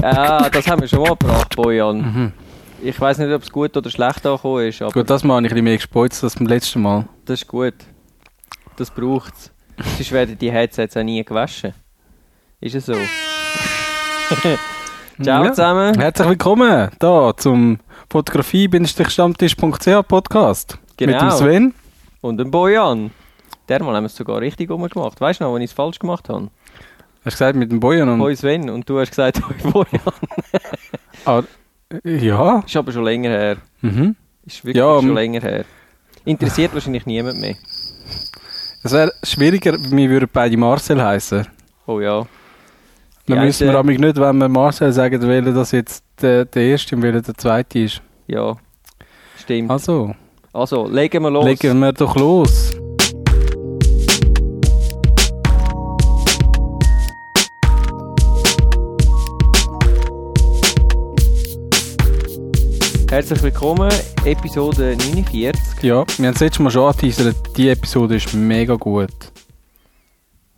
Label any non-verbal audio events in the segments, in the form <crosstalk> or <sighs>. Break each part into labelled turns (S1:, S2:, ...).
S1: Ja, Ah, das haben wir schon mal gebracht, Bojan. Ich weiß nicht, ob es gut oder schlecht angekommen ist, aber
S2: Mhm. Gut, das Mal habe ich ein bisschen mehr gespeuzt als beim letzten Mal.
S1: das ist gut. Das braucht es. Sonst werden die Headsets auch nie gewaschen. Ist
S2: <laughs>
S1: es so? Ciao
S2: Ja.
S1: zusammen.
S2: Herzlich willkommen da zum Fotografie-stammtisch.ch Podcast. Mit
S1: Genau.
S2: dem Sven.
S1: Und den Bojan. Dermal haben wir es sogar richtig umgemacht. Weißt du noch, wenn ich es falsch gemacht habe?
S2: Hast du gesagt, mit dem Bojan und...
S1: Hoi Sven und du hast gesagt, <laughs> hoi Bojan.
S2: Ah, ja.
S1: Ist aber schon länger her.
S2: Mhm.
S1: Ist wirklich
S2: Ja,
S1: schon
S2: ähm.
S1: länger her. Interessiert wahrscheinlich niemand mehr.
S2: Es wäre schwieriger, wir würden beide Marcel heißen.
S1: Oh ja.
S2: Dann
S1: Die
S2: müssen wir
S1: einen-
S2: aber nicht, wenn wir Marcel sagen, wählen, dass jetzt der, der erste und wählen der zweite ist.
S1: Ja. Stimmt.
S2: Also,
S1: Also, legen wir los.
S2: legen wir doch los.
S1: Herzlich willkommen, Episode 49.
S2: Ja, wir haben es letztes Mal schon angeteasert, die Episode ist mega gut.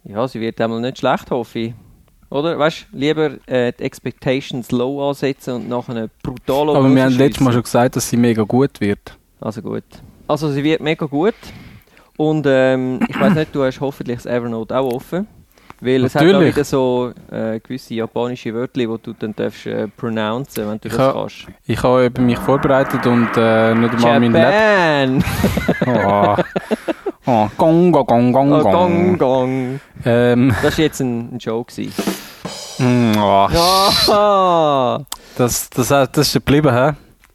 S1: Ja, sie wird einmal nicht schlecht, hoffe ich. Oder? Weißt du, lieber äh, die Expectations low ansetzen und nachher brutal
S2: Aber wir haben
S1: rausschiessen.
S2: letztes Mal schon gesagt, dass sie mega gut wird.
S1: Also gut. Also, sie wird mega gut. Und ähm, ich weiß nicht, du hast hoffentlich das Evernote auch offen. Weil es hat auch
S2: Natürlich.
S1: wieder so äh, gewisse japanische Wörter, die du dann darfst äh, pronouncen, wenn du
S2: Ich
S1: das
S2: ha-
S1: kannst.
S2: Ich habe eben mich vorbereitet und äh, nicht einmal meinen Laptop.
S1: Japan!
S2: Oh. Oh, gong, gong, gong, gong,
S1: Oh, gong,
S2: gong.
S1: gong.
S2: Ähm,
S1: Das war jetzt ein, ein Joke. gewesen.
S2: mm, oh,
S1: Ja!
S2: das, das, äh, das ist geblieben, hä?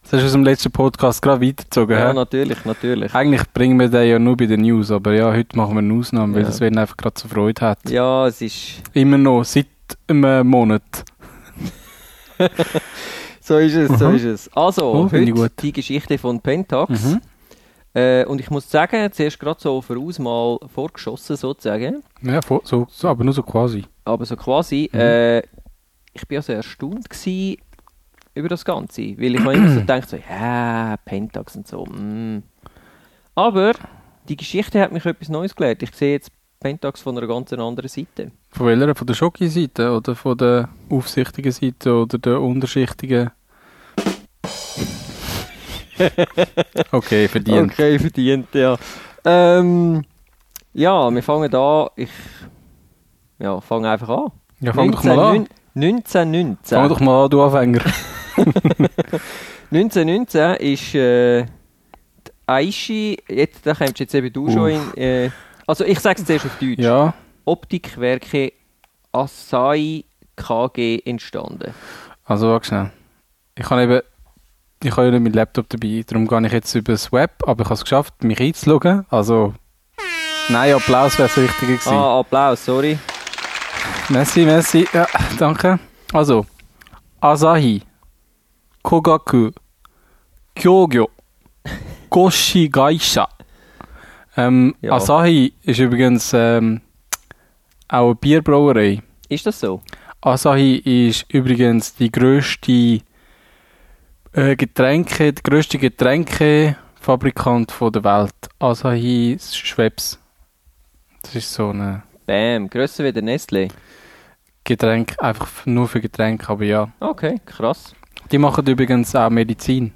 S2: Das ist aus dem letzten Podcast gerade weitergezogen,
S1: Ja,
S2: hä?
S1: natürlich, natürlich.
S2: Eigentlich bringen wir den ja nur bei den News, aber ja, heute machen wir eine Ausnahme, weil
S1: Ja.
S2: das Sven einfach gerade zur Freude hat.
S1: Ja, es ist.
S2: Immer noch, seit einem Monat.
S1: So ist es, so
S2: Mhm.
S1: ist es. Also,
S2: Oh, finde
S1: heute
S2: ich gut.
S1: die Geschichte von Pentax.
S2: Mhm.
S1: Äh, und ich muss sagen, zuerst gerade so voraus mal vorgeschossen sozusagen.
S2: Ja, vo- so, so, aber nur so quasi.
S1: Aber so quasi,
S2: Mhm.
S1: äh, ich bin also erstaunt gsi über das Ganze. Weil ich habe immer so gedacht, so, ja, Pentax und so. mm. Aber die Geschichte hat mich etwas Neues gelehrt. Ich sehe jetzt Pentax von einer ganz anderen Seite.
S2: Von welcher? Von der Schocki-Seite oder von der aufsichtigen Seite oder der unterschichtigen? okay, verdient.
S1: Okay, verdient, ja. Ähm, ja, wir fangen an. Ich ja, fange einfach an.
S2: Ja, fang doch mal an.
S1: 1919.
S2: Fang doch mal an, du Anfänger.
S1: 1919 ist äh, die Aishi, jetzt, da kommst jetzt eben du schon in... Äh, also ich sage es zuerst auf Deutsch.
S2: <laughs> ja,
S1: Optikwerke Asahi KG entstanden.
S2: also warte schnell. Ich habe eben, ich habe ja nicht meinen Laptop dabei, darum gehe ich jetzt über das Web, aber ich habe es geschafft, mich einzuloggen. Also, nein, Applaus wäre das Richtige gewesen.
S1: Ah, Applaus, sorry.
S2: Merci, merci. Ja, danke. Also, Asahi, Kogaku, Kyogyo, Koshi Gaisha. Ähm,
S1: Ja.
S2: Asahi ist übrigens ähm, auch eine Bierbrauerei.
S1: Ist das so?
S2: Asahi ist übrigens die grösste äh, Getränke, der grösste Getränkefabrikant von der Welt. Asahi Schweppes. Das ist so eine
S1: Bam, grösser wie der Nestle.
S2: Getränk, einfach f- nur für Getränke, aber ja.
S1: Okay, krass.
S2: Die machen übrigens auch Medizin.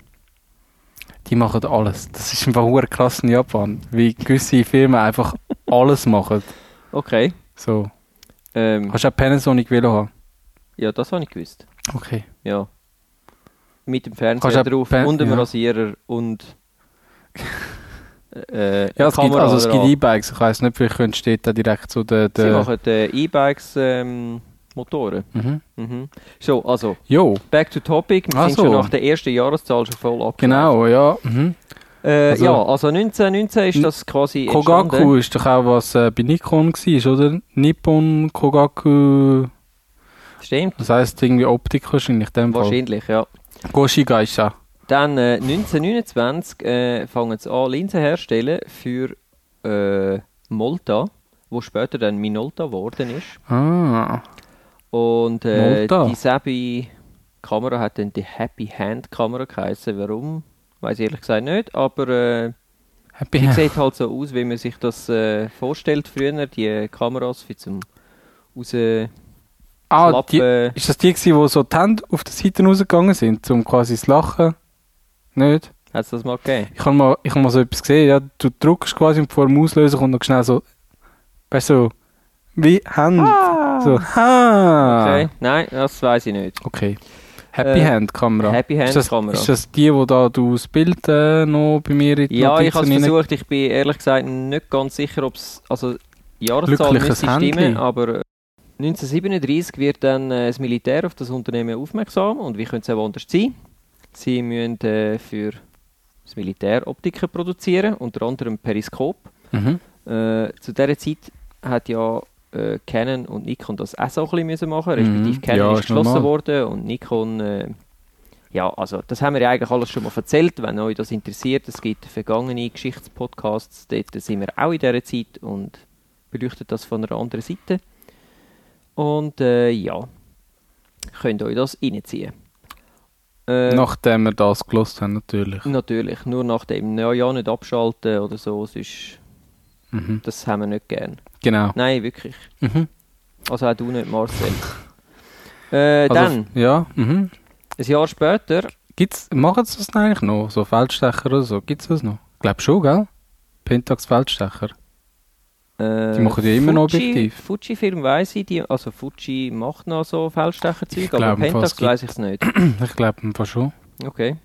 S2: Die machen alles. Das ist einfach hure krass in Japan, wie gewisse
S1: <laughs>
S2: Firmen einfach alles machen.
S1: Okay.
S2: So.
S1: Ähm,
S2: Hast du auch Panasonic Velo haben?
S1: ja, das habe ich gewusst.
S2: Okay.
S1: Ja. Mit dem Fernseher
S2: Kannst du
S1: drauf
S2: auch Pen-
S1: und dem
S2: ja.
S1: Rasierer
S2: <laughs>
S1: und. Äh,
S2: Ja, es gibt,
S1: Kamera
S2: also es gibt
S1: dran.
S2: E-Bikes. Ich weiß nicht, vielleicht könntest du dort auch direkt zu den...
S1: Sie
S2: den
S1: machen äh, E-Bikes ähm, Motoren.
S2: mhm.
S1: Mhm. So, also,
S2: Jo,
S1: back to topic. Wir
S2: Ach
S1: sind
S2: so.
S1: schon nach der ersten Jahreszahl schon voll ab.
S2: genau, ja. Mhm.
S1: Äh,
S2: Also-
S1: ja, also 1919 ist das quasi. entstanden.
S2: Kogaku ist doch auch was äh, bei Nikon war, oder? Nippon, Kogaku...
S1: Stimmt,
S2: Das heisst irgendwie Optik wahrscheinlich in dem Fall.
S1: wahrscheinlich, ja.
S2: Goshi Geisha.
S1: Dann äh, 1929 äh, fangen sie an, Linsen herstellen für äh, Molta, wo später dann Minolta geworden ist.
S2: Ah.
S1: Und äh,
S2: Malta.
S1: dieselbe Kamera hat dann die Happy Hand Kamera geheißen. Warum? Weiß ich ehrlich gesagt nicht, aber äh,
S2: Happy
S1: die
S2: Hand.
S1: sieht halt so aus, wie man sich das äh, vorstellt früher, die Kameras für zum raus
S2: Ah, die,
S1: Klappe.
S2: ist das die, gewesen, wo so die Hände auf die Seite rausgegangen sind, um quasi zu lachen? Nicht?
S1: Hat es das mal gegeben?
S2: Ich habe mal, ich hab mal so etwas gesehen, ja, du drückst quasi und vor dem Auslösen kommt noch schnell so, weißt du, so, wie Hand. So, Ah. ha!
S1: Ah. Okay. Nein, das weiß ich nicht.
S2: Okay. Happy
S1: Äh,
S2: Hand Kamera.
S1: Happy Hand
S2: ist das,
S1: Kamera.
S2: Ist das die, wo da du das Bild äh, noch bei mir in die
S1: Ja, ich habe
S2: Notizen
S1: es
S2: rein-
S1: versucht. Ich bin ehrlich gesagt nicht ganz sicher, ob es. Also, die Jahreszahl
S2: Glückliches
S1: müsste stimmen,
S2: Händchen.
S1: aber äh, 1937 wird dann äh, das Militär auf das Unternehmen aufmerksam. Und wie könnte es auch anders sein? Sie müssen äh, für das Militär Optiken produzieren, unter anderem Periskop.
S2: Mhm.
S1: Äh, zu dieser Zeit hat ja äh, Canon und Nikon das auch so ein bisschen müssen machen, respektive
S2: Mhm.
S1: Canon
S2: Ja,
S1: ist
S2: ist
S1: geschlossen
S2: normal.
S1: worden und Nikon, äh, ja, also das haben wir ja eigentlich alles schon mal erzählt, wenn euch das interessiert, es gibt vergangene Geschichtspodcasts, dort sind wir auch in dieser Zeit und beleuchtet das von einer anderen Seite und äh, ja, könnt euch das reinziehen. Äh,
S2: Nachdem wir das gelost haben, natürlich.
S1: Natürlich, nur nach dem, ja, ja, nicht abschalten oder so, sonst,
S2: Mhm.
S1: das haben wir nicht gern.
S2: Genau.
S1: Nein, wirklich.
S2: Mhm.
S1: Also auch du nicht,
S2: <laughs>
S1: Marcel. äh,
S2: Also,
S1: dann,
S2: ja, mhm.
S1: ein Jahr später,
S2: Gibt's, machen sie das denn eigentlich noch? So Feldstecher oder so? Gibt es das noch? Ich glaube schon, gell? Pentax Feldstecher.
S1: äh,
S2: Die machen ja immer noch Objektiv.
S1: Fujifilm weiss ich, die, also Fuji macht noch so
S2: Ich
S1: Feldstecher-Zeug,
S2: glaub,
S1: aber
S2: im Fall, es
S1: Pentax
S2: gibt-
S1: weiss ich es nicht.
S2: Hm, Ich glaube einfach schon.
S1: Okay.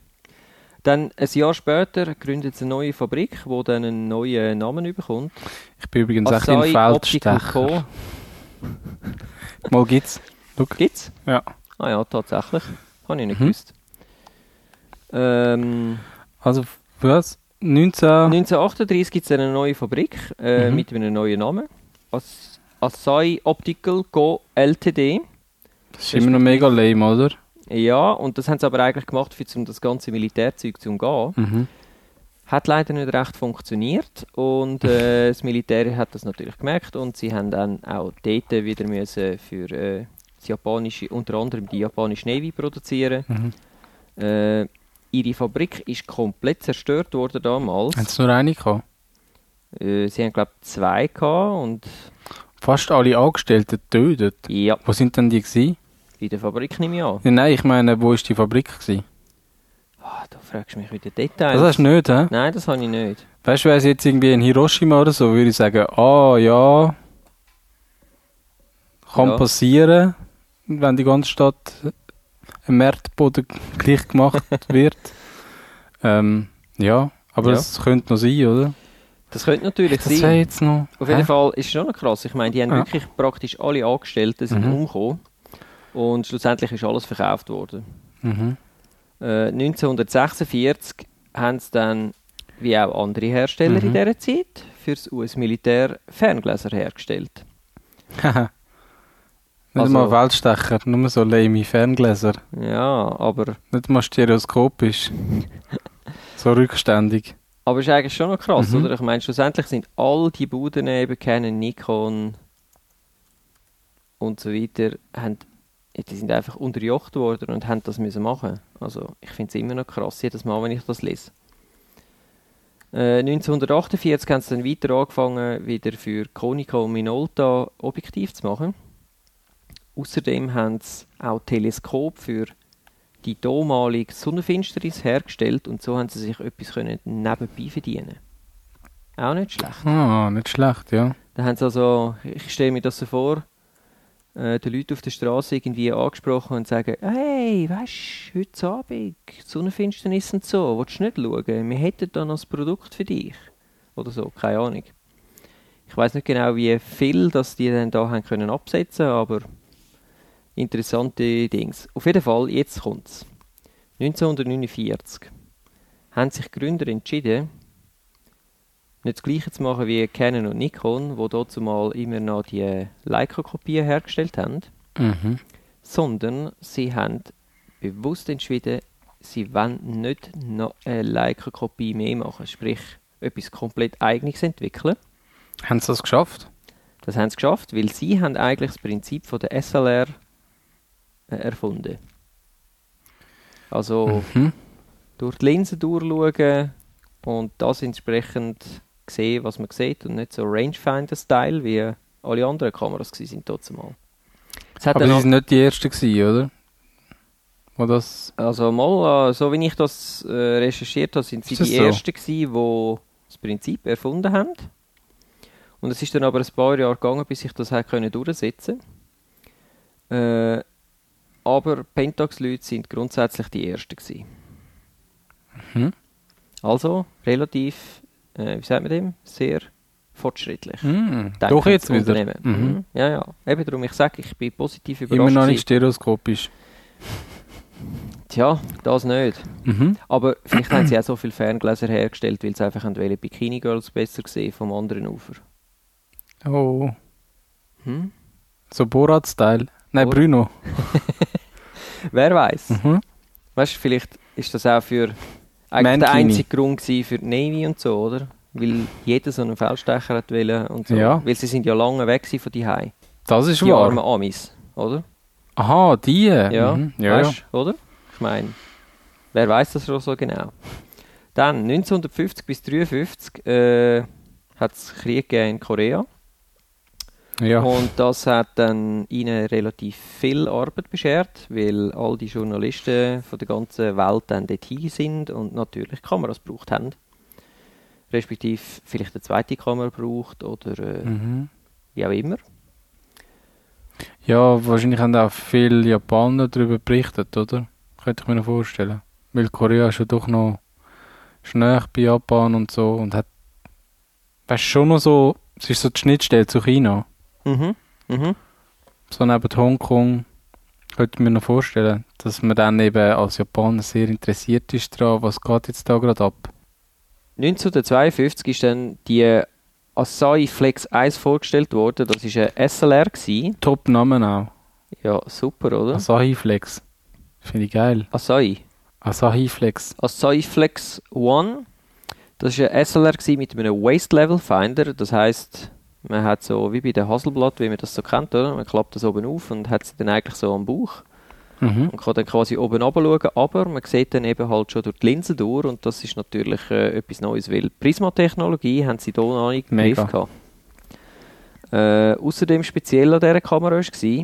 S1: Dann, ein Jahr später, gründet sie eine neue Fabrik, die dann einen neuen Namen bekommt.
S2: Ich bin übrigens echt ein
S1: Asahi Optical
S2: Feldstecher.
S1: Co.
S2: Mal gibt's.
S1: Gibt's?
S2: Ja.
S1: Ah ja, tatsächlich. Habe ich nicht
S2: Mhm.
S1: gewusst. Ähm,
S2: Also, was? 19.
S1: 1938 gibt es eine neue Fabrik äh,
S2: Mhm.
S1: mit einem neuen Namen. As Asahi Optical Co. Ltd.
S2: Das ist immer noch mega lame, oder?
S1: Ja, und das haben sie aber eigentlich gemacht, für, um das ganze Militärzeug zu umgehen.
S2: Mhm.
S1: Hat leider nicht recht funktioniert und
S2: <laughs>
S1: äh, das Militär hat das natürlich gemerkt und sie haben dann auch dort wieder müssen für äh, das japanische, unter anderem die japanische Navy produzieren.
S2: Mhm.
S1: Äh, ihre Fabrik ist komplett zerstört worden damals.
S2: Haben sie nur eine gehabt?
S1: Äh, sie haben glaube ich zwei gehabt und
S2: Fast alle Angestellten tötet.
S1: ja,
S2: Wo sind denn die gewesen?
S1: Bei der Fabrik nehme ich an.
S2: Ja, Nein, ich meine, wo ist die Fabrik gewesen?
S1: Ah, du fragst mich wieder Details.
S2: Das hast du nicht, hä?
S1: Nein, das habe ich nicht.
S2: Weißt du, wäre es jetzt irgendwie in Hiroshima oder so, würde ich sagen, ah ja, kann
S1: Ja.
S2: passieren, wenn die ganze Stadt im Erdboden gleich
S1: <laughs>
S2: gemacht wird. ähm, ja, aber
S1: Ja.
S2: es könnte noch sein, oder?
S1: Das könnte natürlich
S2: <laughs> Das wäre
S1: sein.
S2: jetzt noch.
S1: Auf jeden
S2: Hä?
S1: Fall ist es schon noch krass. Ich meine, die haben
S2: Ja.
S1: wirklich praktisch alle Angestellten sind
S2: Mhm.
S1: umgekommen. Und schlussendlich ist alles verkauft worden.
S2: Mhm. <laughs>
S1: Äh, 1946 haben sie dann, wie auch andere Hersteller
S2: Mhm.
S1: in dieser Zeit, für das US-Militär Ferngläser hergestellt.
S2: Haha. Nicht
S1: Also-
S2: mal Weltstecher, nur so lame Ferngläser.
S1: Ja, aber,
S2: Nicht
S1: <laughs>
S2: mal stereoskopisch. so rückständig.
S1: aber ist eigentlich schon noch krass,
S2: Mhm.
S1: oder? Ich meine, schlussendlich sind all die Buden eben Canon, Nikon und so weiter, haben, die sind einfach unterjocht worden und haben das müssen machen. Also ich finde es immer noch krass, jedes Mal, wenn ich das lese. Äh, 1948 haben sie dann weiter angefangen, wieder für Konica und Minolta Objektiv zu machen. Außerdem haben sie auch Teleskop für die damalige Sonnenfinsternis hergestellt und so haben sie sich etwas können nebenbei verdienen. Auch nicht schlecht.
S2: Ah, nicht schlecht, ja.
S1: Da haben sie also, ich stelle mir das so vor, äh, die Leute auf der Straße irgendwie angesprochen und sagen, hey, weisst du, heute Abend, Sonnenfinsternis und so, willst du nicht schauen? Wir hätten da noch ein Produkt für dich. Oder so, keine Ahnung. Ich weiß nicht genau, wie viel das die dann da haben können absetzen, aber interessante Dings. Auf jeden Fall, jetzt kommt's. 1949 haben sich die Gründer entschieden, nicht das Gleiche zu machen wie Canon und Nikon, die dazu mal immer noch die Leica-Kopien hergestellt haben,
S2: Mhm.
S1: sondern sie haben bewusst entschieden, sie wollen nicht noch eine Leica-Kopie mehr machen, sprich etwas komplett Eigenes entwickeln.
S2: Haben sie das geschafft?
S1: Das haben sie geschafft, weil sie haben eigentlich das Prinzip von der SLR äh, erfunden. Also
S2: Mhm.
S1: durch die Linse durchschauen und das entsprechend sehen, was man sieht und nicht so Rangefinder-Style, wie alle anderen Kameras waren sind mal. Es hat
S2: Aber
S1: dann
S2: sie
S1: auch-
S2: waren nicht die Ersten, gewesen, oder? Wo das...
S1: Also mal, äh, so wie ich das äh, recherchiert habe, sind sie
S2: Ist das
S1: die
S2: so?
S1: Ersten gewesen, die das Prinzip erfunden haben. Und es ist dann aber ein paar Jahre gegangen, bis ich das hat können durchsetzen äh, Aber Pentax-Leute sind grundsätzlich die Ersten gewesen.
S2: Mhm.
S1: Also relativ, äh, wie sagt man dem, sehr fortschrittlich.
S2: Mm,
S1: denken
S2: doch jetzt
S1: das
S2: wieder.
S1: Unternehmen.
S2: Mhm.
S1: Mhm. Ja, ja. Eben darum, ich sage, ich bin positiv überrascht.
S2: Immer noch nicht
S1: gewesen.
S2: stereoskopisch.
S1: Tja, das nicht.
S2: Mhm.
S1: Aber vielleicht haben sie auch so viele Ferngläser hergestellt, weil sie einfach haben wollen Bikini Girls besser sehen vom anderen Ufer.
S2: Oh.
S1: Hm?
S2: So Borat-Style. Nein,
S1: Bor-
S2: Bruno.
S1: Wer weiß?
S2: Mhm.
S1: Weißt du, vielleicht ist das auch für eigentlich der
S2: Mankini.
S1: einzige Grund gewesen für die Navy und so, oder? Weil jeder so einen Feldstecher hat wollen und so.
S2: Ja.
S1: Weil sie sind ja lange weg gewesen von die Hei.
S2: Das ist
S1: Die armen
S2: wahr.
S1: Amis, oder?
S2: Aha, die.
S1: Ja.
S2: Mhm. ja, ja.
S1: weißt, du, oder? Ich meine, wer weiß das schon so genau? Dann 1950 bis 1953 äh, hat es Krieg gegeben in Korea.
S2: ja.
S1: Und das hat dann ihnen relativ viel Arbeit beschert, weil all die Journalisten von der ganzen Welt dann dort hin sind und natürlich Kameras gebraucht haben. Respektive vielleicht eine zweite Kamera braucht oder äh,
S2: Mhm.
S1: wie auch immer.
S2: Ja, wahrscheinlich haben auch viele Japaner darüber berichtet, oder? Könnte ich mir noch vorstellen. Weil Korea ist ja doch noch schnell bei Japan und so und hat. Weißt du, schon noch so. Es ist so die Schnittstelle zu China.
S1: Mhm. Mhm.
S2: So neben Hongkong. Könnte ich mir noch vorstellen, dass man dann eben als Japaner sehr interessiert ist daran, was geht jetzt da gerade ab.
S1: 1952 ist dann die Asahi Flex 1 vorgestellt worden. Das war ein SLR. Gewesen.
S2: Top-Namen auch.
S1: Ja, super, oder?
S2: Asahi Flex. Finde ich geil.
S1: Asahi.
S2: Asahi Flex.
S1: Asahi Flex One. Das war ein SLR gewesen mit einem Waste Level Finder. Das heißt, man hat so wie bei der Hasselblatt, wie man das so kennt, oder? Man klappt das oben auf und hat es dann eigentlich so am Bauch
S2: Mhm.
S1: und kann dann quasi oben runter schauen, aber man sieht dann eben halt schon durch die Linse durch und das ist natürlich äh, etwas Neues, weil Prismatechnologie haben sie hier noch nicht im
S2: Mega.
S1: Griff gehabt. Äh, außerdem speziell an dieser Kamera war,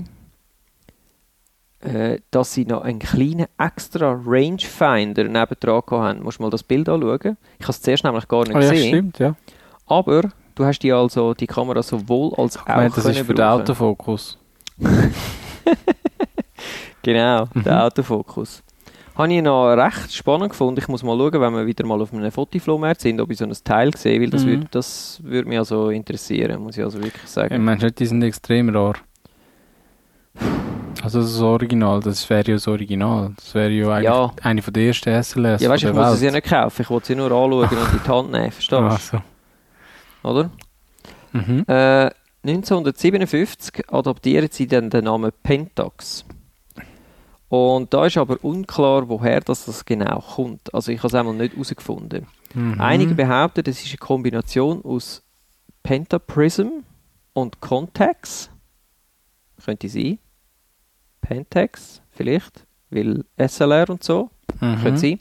S1: äh, dass sie noch einen kleinen extra Rangefinder nebendran gehabt haben. Musst mal das Bild anschauen. Ich habe es zuerst nämlich gar nicht
S2: Ah, ja,
S1: gesehen.
S2: stimmt, ja.
S1: Aber du hast die, also, die Kamera sowohl als auch
S2: Ich meine, das ist
S1: können
S2: für den
S1: brauchen.
S2: Autofokus.
S1: Genau,
S2: Mhm.
S1: der Autofokus. Habe ich noch recht spannend gefunden. Ich muss mal schauen, wenn wir wieder mal auf einem Fotoflohmarkt sind, ob ich so ein Teil sehe, weil das,
S2: Mhm.
S1: würde, das würde mich also interessieren, muss ich also wirklich
S2: Ich
S1: sagen.
S2: meine, nicht, die sind extrem rar. Also das Original, das wäre ja das Original. Das wäre ja eigentlich
S1: Ja.
S2: eine von der ersten SLS
S1: Ja, weißt du,
S2: von
S1: ich
S2: der
S1: muss es ja
S2: Welt.
S1: nicht kaufen, ich wollte sie nur anschauen und in die Hand nehmen, verstehst
S2: also.
S1: du? Oder?
S2: mhm.
S1: Äh, 1957 adoptieren sie dann den Namen Pentax. Und da ist aber unklar, woher das, das genau kommt. Also ich habe es einmal nicht herausgefunden.
S2: Mhm.
S1: Einige behaupten, es ist eine Kombination aus Pentaprism und Contax. Könnte sein. Pentax, vielleicht, weil SLR und so,
S2: mhm.
S1: könnte sein.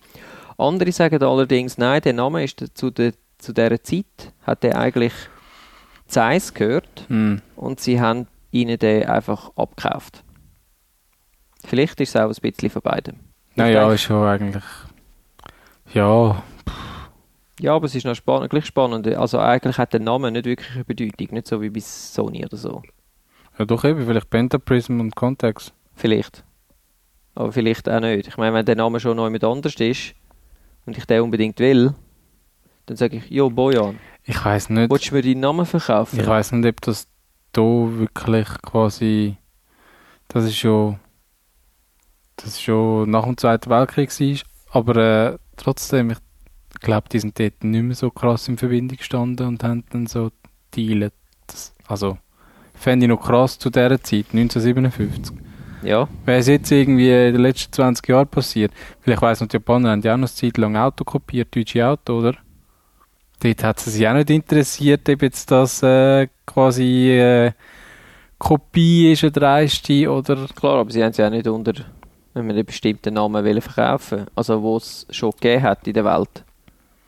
S1: Andere sagen allerdings, nein, der Name ist zu, der, zu dieser Zeit, hat der eigentlich Zeiss gehört
S2: Mhm.
S1: und sie haben ihnen den einfach abgekauft. Vielleicht ist es auch ein bisschen von beidem.
S2: Naja, ist ja eigentlich... Ja,
S1: Ja, aber es ist noch spannend, gleich spannend. Also eigentlich hat der Name nicht wirklich eine Bedeutung, nicht so wie bei Sony oder so.
S2: ja doch eben, vielleicht Pentaprism und Contax.
S1: Vielleicht. Aber vielleicht auch nicht. Ich meine, wenn der Name schon noch jemand anders ist und ich den unbedingt will, dann sage ich, jo Bojan,
S2: Ich weiß nicht,
S1: willst du mir deinen Namen verkaufen?
S2: ich weiß nicht, ob das da wirklich quasi... Das ist schon... Das ist schon nach dem Zweiten Weltkrieg war, aber äh, trotzdem, ich glaube, die sind dort nicht mehr so krass in Verbindung gestanden und haben dann so dealen. Das, also, fände ich noch krass zu dieser Zeit, 1957.
S1: Ja,
S2: Wäre es jetzt irgendwie in den letzten 20 Jahren passiert, weil ich weiss noch, die Japaner haben ja auch noch eine Zeit lang Auto kopiert, deutsche Auto, oder? Dort hat es sich auch nicht interessiert, ob jetzt das äh, quasi äh, Kopie ist, eine dreiste oder...
S1: klar, aber sie haben es ja auch nicht unter wenn man einen bestimmten Namen will verkaufen Also wo es schon gegeben hat in der Welt.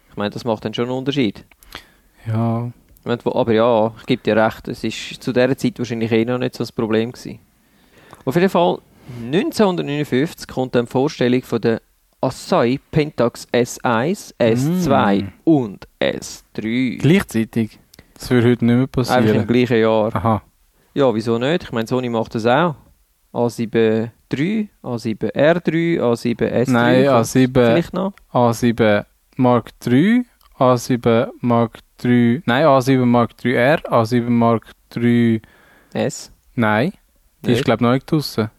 S1: Ich meine, das macht dann schon einen Unterschied.
S2: Ja,
S1: Ich meine, wo- Aber ja, ich gebe dir recht, es ist zu dieser Zeit wahrscheinlich eh noch nicht so ein Problem gewesen. Auf jeden Fall 1959 kommt dann die Vorstellung von der Asahi Pentax S1, S2
S2: Mm.
S1: und S3.
S2: Gleichzeitig. Das würde heute nicht mehr
S1: Einfach im
S2: passieren.
S1: gleichen Jahr.
S2: Aha.
S1: Ja, wieso nicht? Ich meine, Sony macht das auch. A7 3, A7 R3, A7 S3.
S2: Nein, A7,
S1: Vielleicht noch?
S2: A7 Mark III, A7 Mark III, nein, A7 Mark IIIR, A7 Mark III,
S1: S.
S2: nein, die ist
S1: Nicht?
S2: glaube ich neu draussen.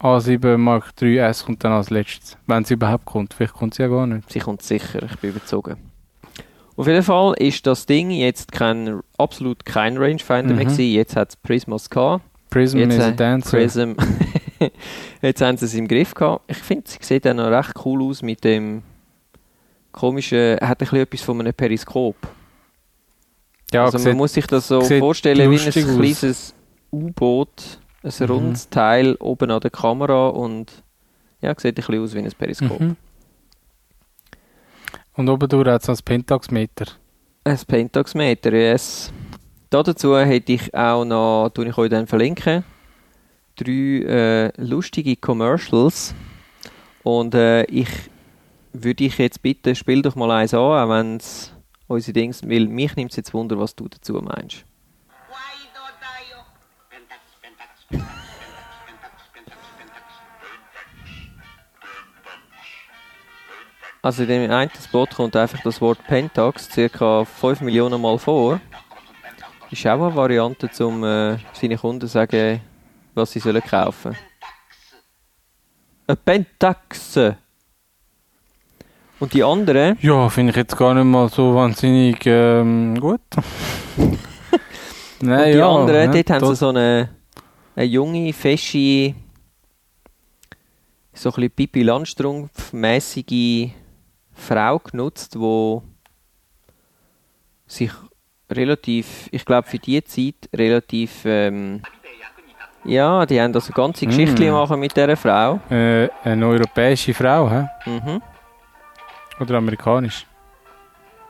S2: A7 Mark III S kommt dann als letztes, wenn sie überhaupt kommt. Vielleicht kommt sie ja gar nicht.
S1: Sie kommt sicher, ich bin überzogen. Auf jeden Fall ist das Ding jetzt kein, absolut kein Rangefinder
S2: Mhm.
S1: mehr gewesen. Jetzt hat es Prismas gehabt.
S2: Prism
S1: Jetzt,
S2: is a
S1: äh,
S2: Dancer.
S1: Prism. <laughs> jetzt haben sie es im Griff gehabt. Ich finde, sie sieht auch noch recht cool aus mit dem komischen, hat ein bisschen etwas von einem Periskop.
S2: Ja,
S1: also man
S2: sieht-
S1: muss sich das so
S2: sieht
S1: vorstellen wie ein
S2: lustig aus.
S1: kleines U-Boot, ein
S2: Mhm.
S1: rundes Teil oben an der Kamera und ja, sieht ein bisschen aus wie ein Periskop.
S2: Mhm. Und oben hat es als Pentaxmeter.
S1: Ein Pentaxmeter, yes. Da dazu hätte ich auch noch, tue ich euch dann verlinken, drei äh, lustige Commercials. Und äh, ich würde dich jetzt bitten, spiel doch mal eins an, auch wenn es unsere Dings, weil mich nimmt es jetzt Wunder, was du dazu meinst.
S3: ワイドだよ。ペンタッチ、ペンタッチ。
S1: Also in dem einen Spot kommt einfach das Wort Pentax ca. 5 Millionen Mal vor. Ist auch eine Variante, um äh, seinen Kunden zu sagen, was sie sollen kaufen Ein Pentax! Und die anderen,
S2: Ja, finde ich jetzt gar nicht mal so wahnsinnig ähm,
S1: <laughs>
S2: gut.
S1: und
S2: Nein,
S1: die anderen,
S2: ne,
S1: dort haben sie
S2: das-
S1: so eine, eine junge, fesche, so ein bisschen Pippi Landstrumpf-mässige Frau genutzt, die sich relativ, ich glaube für die Zeit relativ, ähm, ja, die haben also ganze
S2: Mm.
S1: Geschichten machen mit dieser Frau.
S2: äh, eine europäische Frau, hä?
S1: Mhm.
S2: Oder amerikanisch.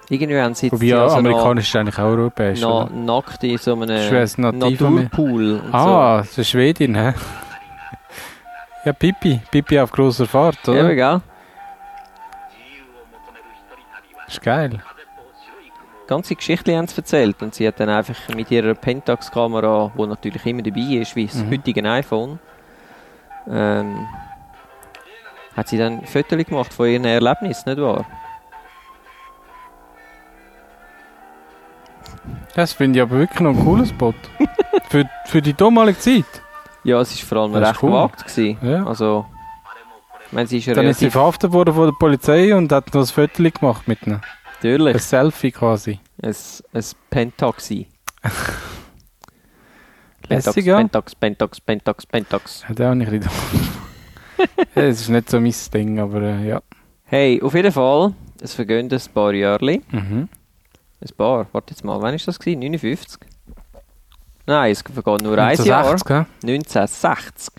S1: Irgendwie haben sie jetzt
S2: Wobei
S1: sie
S2: ja,
S1: also noch,
S2: amerikanisch ist eigentlich auch europäisch.
S1: noch
S2: oder?
S1: nackt in so
S2: Ist das
S1: einem
S2: nativ von mir?
S1: Naturpool. und
S2: Ah, das ist Schwedin, hä? ja, Pippi. Pippi auf großer Fahrt,
S1: so.
S2: oder?
S1: Eben, gell?
S2: Ist geil.
S1: ganze Geschichte haben sie erzählt und sie hat dann einfach mit ihrer Pentax-Kamera, die natürlich immer dabei ist, wie das
S2: Mhm.
S1: heutige iPhone, ähm, hat sie dann Fotos gemacht von ihren Erlebnissen, nicht wahr?
S2: Das finde ich aber wirklich noch ein
S1: <laughs>
S2: cooler Spot. für, für die damalige Zeit.
S1: Ja, es war vor allem
S2: Das ist
S1: recht
S2: cool.
S1: gewagt. Gewesen.
S2: Ja.
S1: Also, ich meine, sie ist ja
S2: Dann ist sie
S1: relativ
S2: verhaftet worden von der Polizei und hat noch ein Foto gemacht mit ihnen. Ein
S1: natürlich
S2: Selfie quasi.
S1: ein, ein Pentaxi. Pentax,
S2: <laughs> Lässig, ja?
S1: Pentax, Pentax, Pentax, Pentax.
S2: Hat auch
S1: <laughs>
S2: nicht gedacht. Ja, Es ist nicht so mein Ding, aber äh, ja.
S1: Hey, auf jeden Fall, es vergehen ein paar Jahre.
S2: Mhm.
S1: Ein paar, warte jetzt mal, wann war das? Gewesen? 59? Nein, es vergeht nur ein
S2: 1960,
S1: Jahr.
S2: gell?
S1: 1960.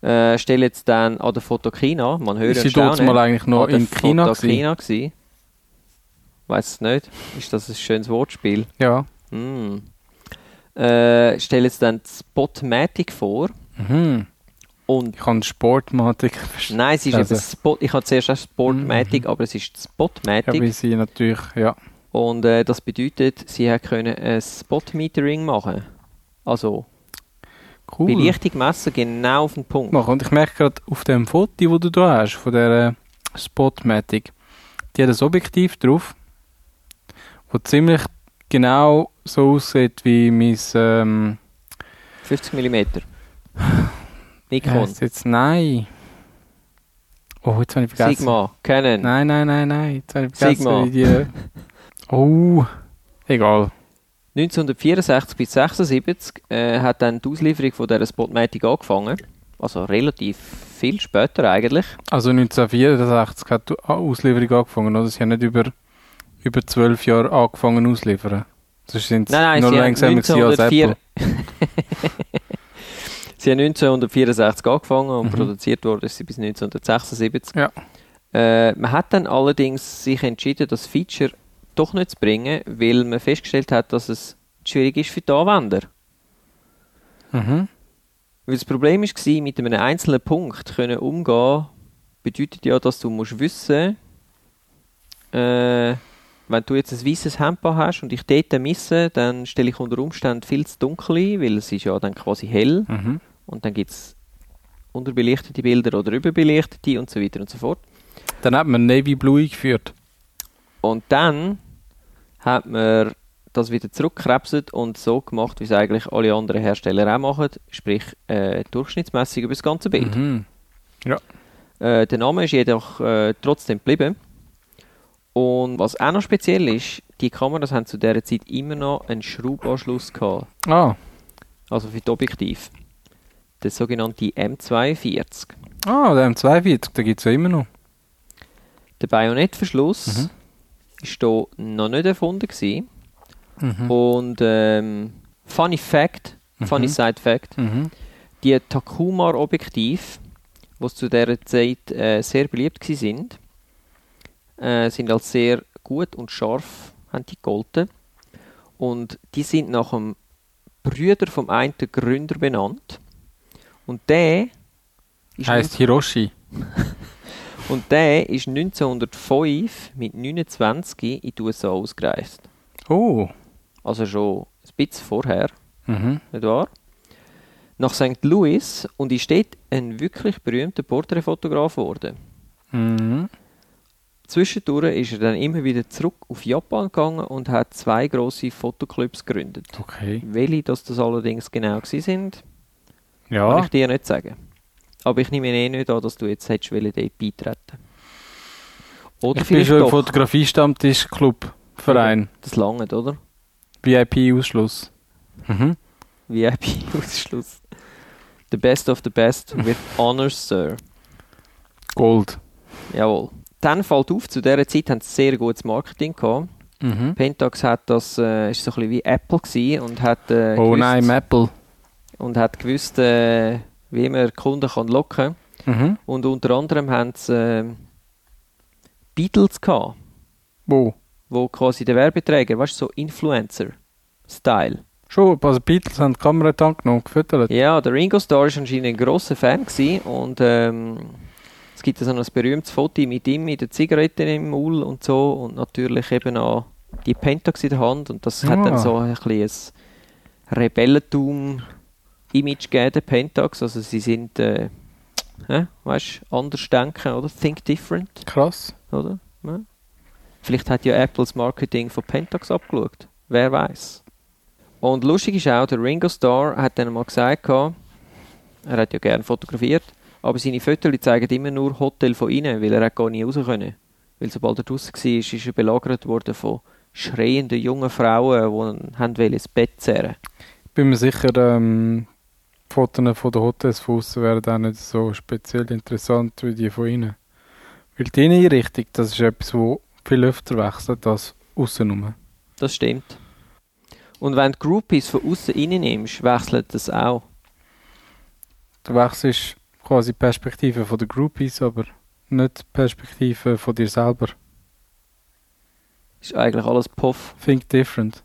S1: Äh, stell jetzt dann an der Fotokina, man hört
S2: Ist sie dort mal eigentlich noch
S1: an der
S2: in China gewesen?
S1: Fotokina gewesen. Weiss es nicht, ist das ein schönes Wortspiel?
S2: Ja.
S1: Hm. Äh, stell jetzt dann die Spotmatic vor
S2: Mhm.
S1: und
S2: Ich habe Sportmatik verstanden.
S1: Nein, es ist
S2: Also- Mhm.
S1: eben Spot. Ich hatte zuerst auch Sportmatic, aber es ist die
S2: Ja,
S1: Spotmatic.
S2: weil sie natürlich, ja.
S1: Und äh, das bedeutet, sie hat können ein Spot-Metering machen. Also
S2: Cool.
S1: Belichtung messen genau auf den Punkt.
S2: machen. Und ich merke gerade auf dem Foto, wo du da hast, von der Spotmatic, die hat ein Objektiv drauf, wo ziemlich genau so aussieht wie mein ähm,
S1: 50
S2: <sighs>
S1: mm.
S2: wie
S1: Nikon,
S2: heisst's jetzt nein. Oh, jetzt habe ich vergessen.
S1: Sigma, Canon.
S2: Nein, nein, nein, nein. Jetzt habe ich vergessen,
S1: Sigma.
S2: wie die. Oh, egal.
S1: 1964 bis 1976 äh, hat dann die Auslieferung von dieser Spotmatic angefangen. Also relativ viel später eigentlich.
S2: Also 1964 hat die Auslieferung angefangen, oder? Sie haben nicht über, über 12 Jahre angefangen ausliefern. Das sind
S1: Nein, nein,
S2: noch
S1: sie haben
S2: langsamer gewesen als Apple.
S1: 1904 Sie haben 1964 angefangen und
S2: Mhm.
S1: produziert worden ist sie bis 1976.
S2: Ja.
S1: Äh, man hat dann allerdings sich entschieden, das Feature doch nicht zu bringen, weil man festgestellt hat, dass es schwierig ist für die Anwender.
S2: Mhm.
S1: Weil das Problem war, mit einem einzelnen Punkt können umgehen, bedeutet ja, dass du musst wissen äh, wenn du jetzt ein weißes Hemd hast und ich dort misse, dann stelle ich unter Umständen viel zu dunkel ein, weil es ist ja dann quasi hell
S2: Mhm.
S1: und dann gibt es unterbelichtete Bilder oder überbelichtete und so weiter und so fort.
S2: Dann hat man Navy Blue eingeführt.
S1: Und dann hat man das wieder zurückgekrebset und so gemacht, wie es eigentlich alle anderen Hersteller auch machen, sprich äh, durchschnittsmäßig über das ganze Bild.
S2: Mhm.
S1: Äh, der Name ist jedoch äh, trotzdem geblieben. Und was auch noch speziell ist, die Kameras haben zu dieser Zeit immer noch einen Schraubanschluss gehabt,
S2: Ah,
S1: also für das Objektiv. Der sogenannte M42.
S2: ah der M42, den gibt es ja immer noch.
S1: Der Bajonettverschluss
S2: Mhm.
S1: ist hier noch nicht erfunden. Gewesen.
S2: Mhm.
S1: Und ähm, Funny Fact, Funny
S2: Mhm.
S1: Side Fact,
S2: Mhm.
S1: die Takuma-Objektiv, die zu dieser Zeit äh, sehr beliebt gsi sind, äh, sind als sehr gut und scharf haben die gegolten. Und die sind nach dem Brüder vom einen Gründer benannt. Und der ist,
S2: Heißt Hiroshi.
S1: neun- und der ist 1905 mit 29 in die USA ausgereist.
S2: Oh.
S1: Also schon ein bisschen vorher.
S2: Mhm.
S1: nicht wahr? Nach St. Louis und ist dort ein wirklich berühmter Porträtfotograf geworden.
S2: Mhm.
S1: Zwischendurch ist er dann immer wieder zurück auf Japan gegangen und hat zwei große Fotoclubs gegründet.
S2: Okay.
S1: Welche das, das allerdings genau gsi sind, kann
S2: Ja.
S1: ich dir nicht sagen. Aber ich nehme eh nicht an, dass du jetzt hättest wollen, dort beitreten Oder
S2: Ich bin
S1: vielleicht
S2: schon im
S1: doch.
S2: Fotografie-Stammtisch-Club, Verein,
S1: Das langt, oder?
S2: VIP-Ausschluss. Mhm.
S1: VIP-Ausschluss. The best of the best with honors, sir.
S2: Gold.
S1: Jawohl. Dann fällt auf, zu dieser Zeit haben sie sehr gutes Marketing gehabt.
S2: Mhm.
S1: Pentax hat das, äh, ist so ein bisschen wie Apple gewesen und hat, äh,
S2: Oh nein, Apple.
S1: und hat gewusst, äh, wie man Kunden kann locken kann.
S2: Mhm.
S1: Und unter anderem haben sie äh, Beatles gehabt,
S2: Wo?
S1: wo quasi der Werbeträger, weißt du, so Influencer-Style.
S2: Schon, also Beatles haben die Kamera in die Hand genommen, gefüttert.
S1: Ja, der Ringo Starr war anscheinend ein grosser Fan gewesen und ähm, es gibt so ein berühmtes Foto mit ihm mit der Zigarette im Maul und so und natürlich eben auch die Pentax in der Hand und das hat
S2: Ah.
S1: dann so ein bisschen ein Rebellentum-Image gegeben, der Pentax, also sie sind, äh, äh, weißt du, anders denken, oder? Think different,
S2: Krass.
S1: oder? Ja. Vielleicht hat ja Apples Marketing von Pentax abgeschaut, wer weiß. Und lustig ist auch, der Ringo Starr hat dann mal gesagt, gehabt, er hat ja gerne fotografiert, aber seine Fotos zeigen immer nur Hotel von innen, weil er hat gar nie raus können. Weil sobald er draußen war, ist er belagert worden von schreienden jungen Frauen, die ihn haben wollen ins Bett zerren.
S2: Ich bin mir sicher, ähm, die Fotos von den Hotels von außen wären auch nicht so speziell interessant wie die von innen. Weil die Inneneinrichtung, das ist etwas, wo viel öfter wechselt als außenrum.
S1: Das stimmt. Und wenn du Groupies von außen innen nimmst, wechselt das auch.
S2: Du wechselst quasi die Perspektive von den Groupies, aber nicht die Perspektive von dir selber.
S1: Ist eigentlich alles Puff.
S2: Think different.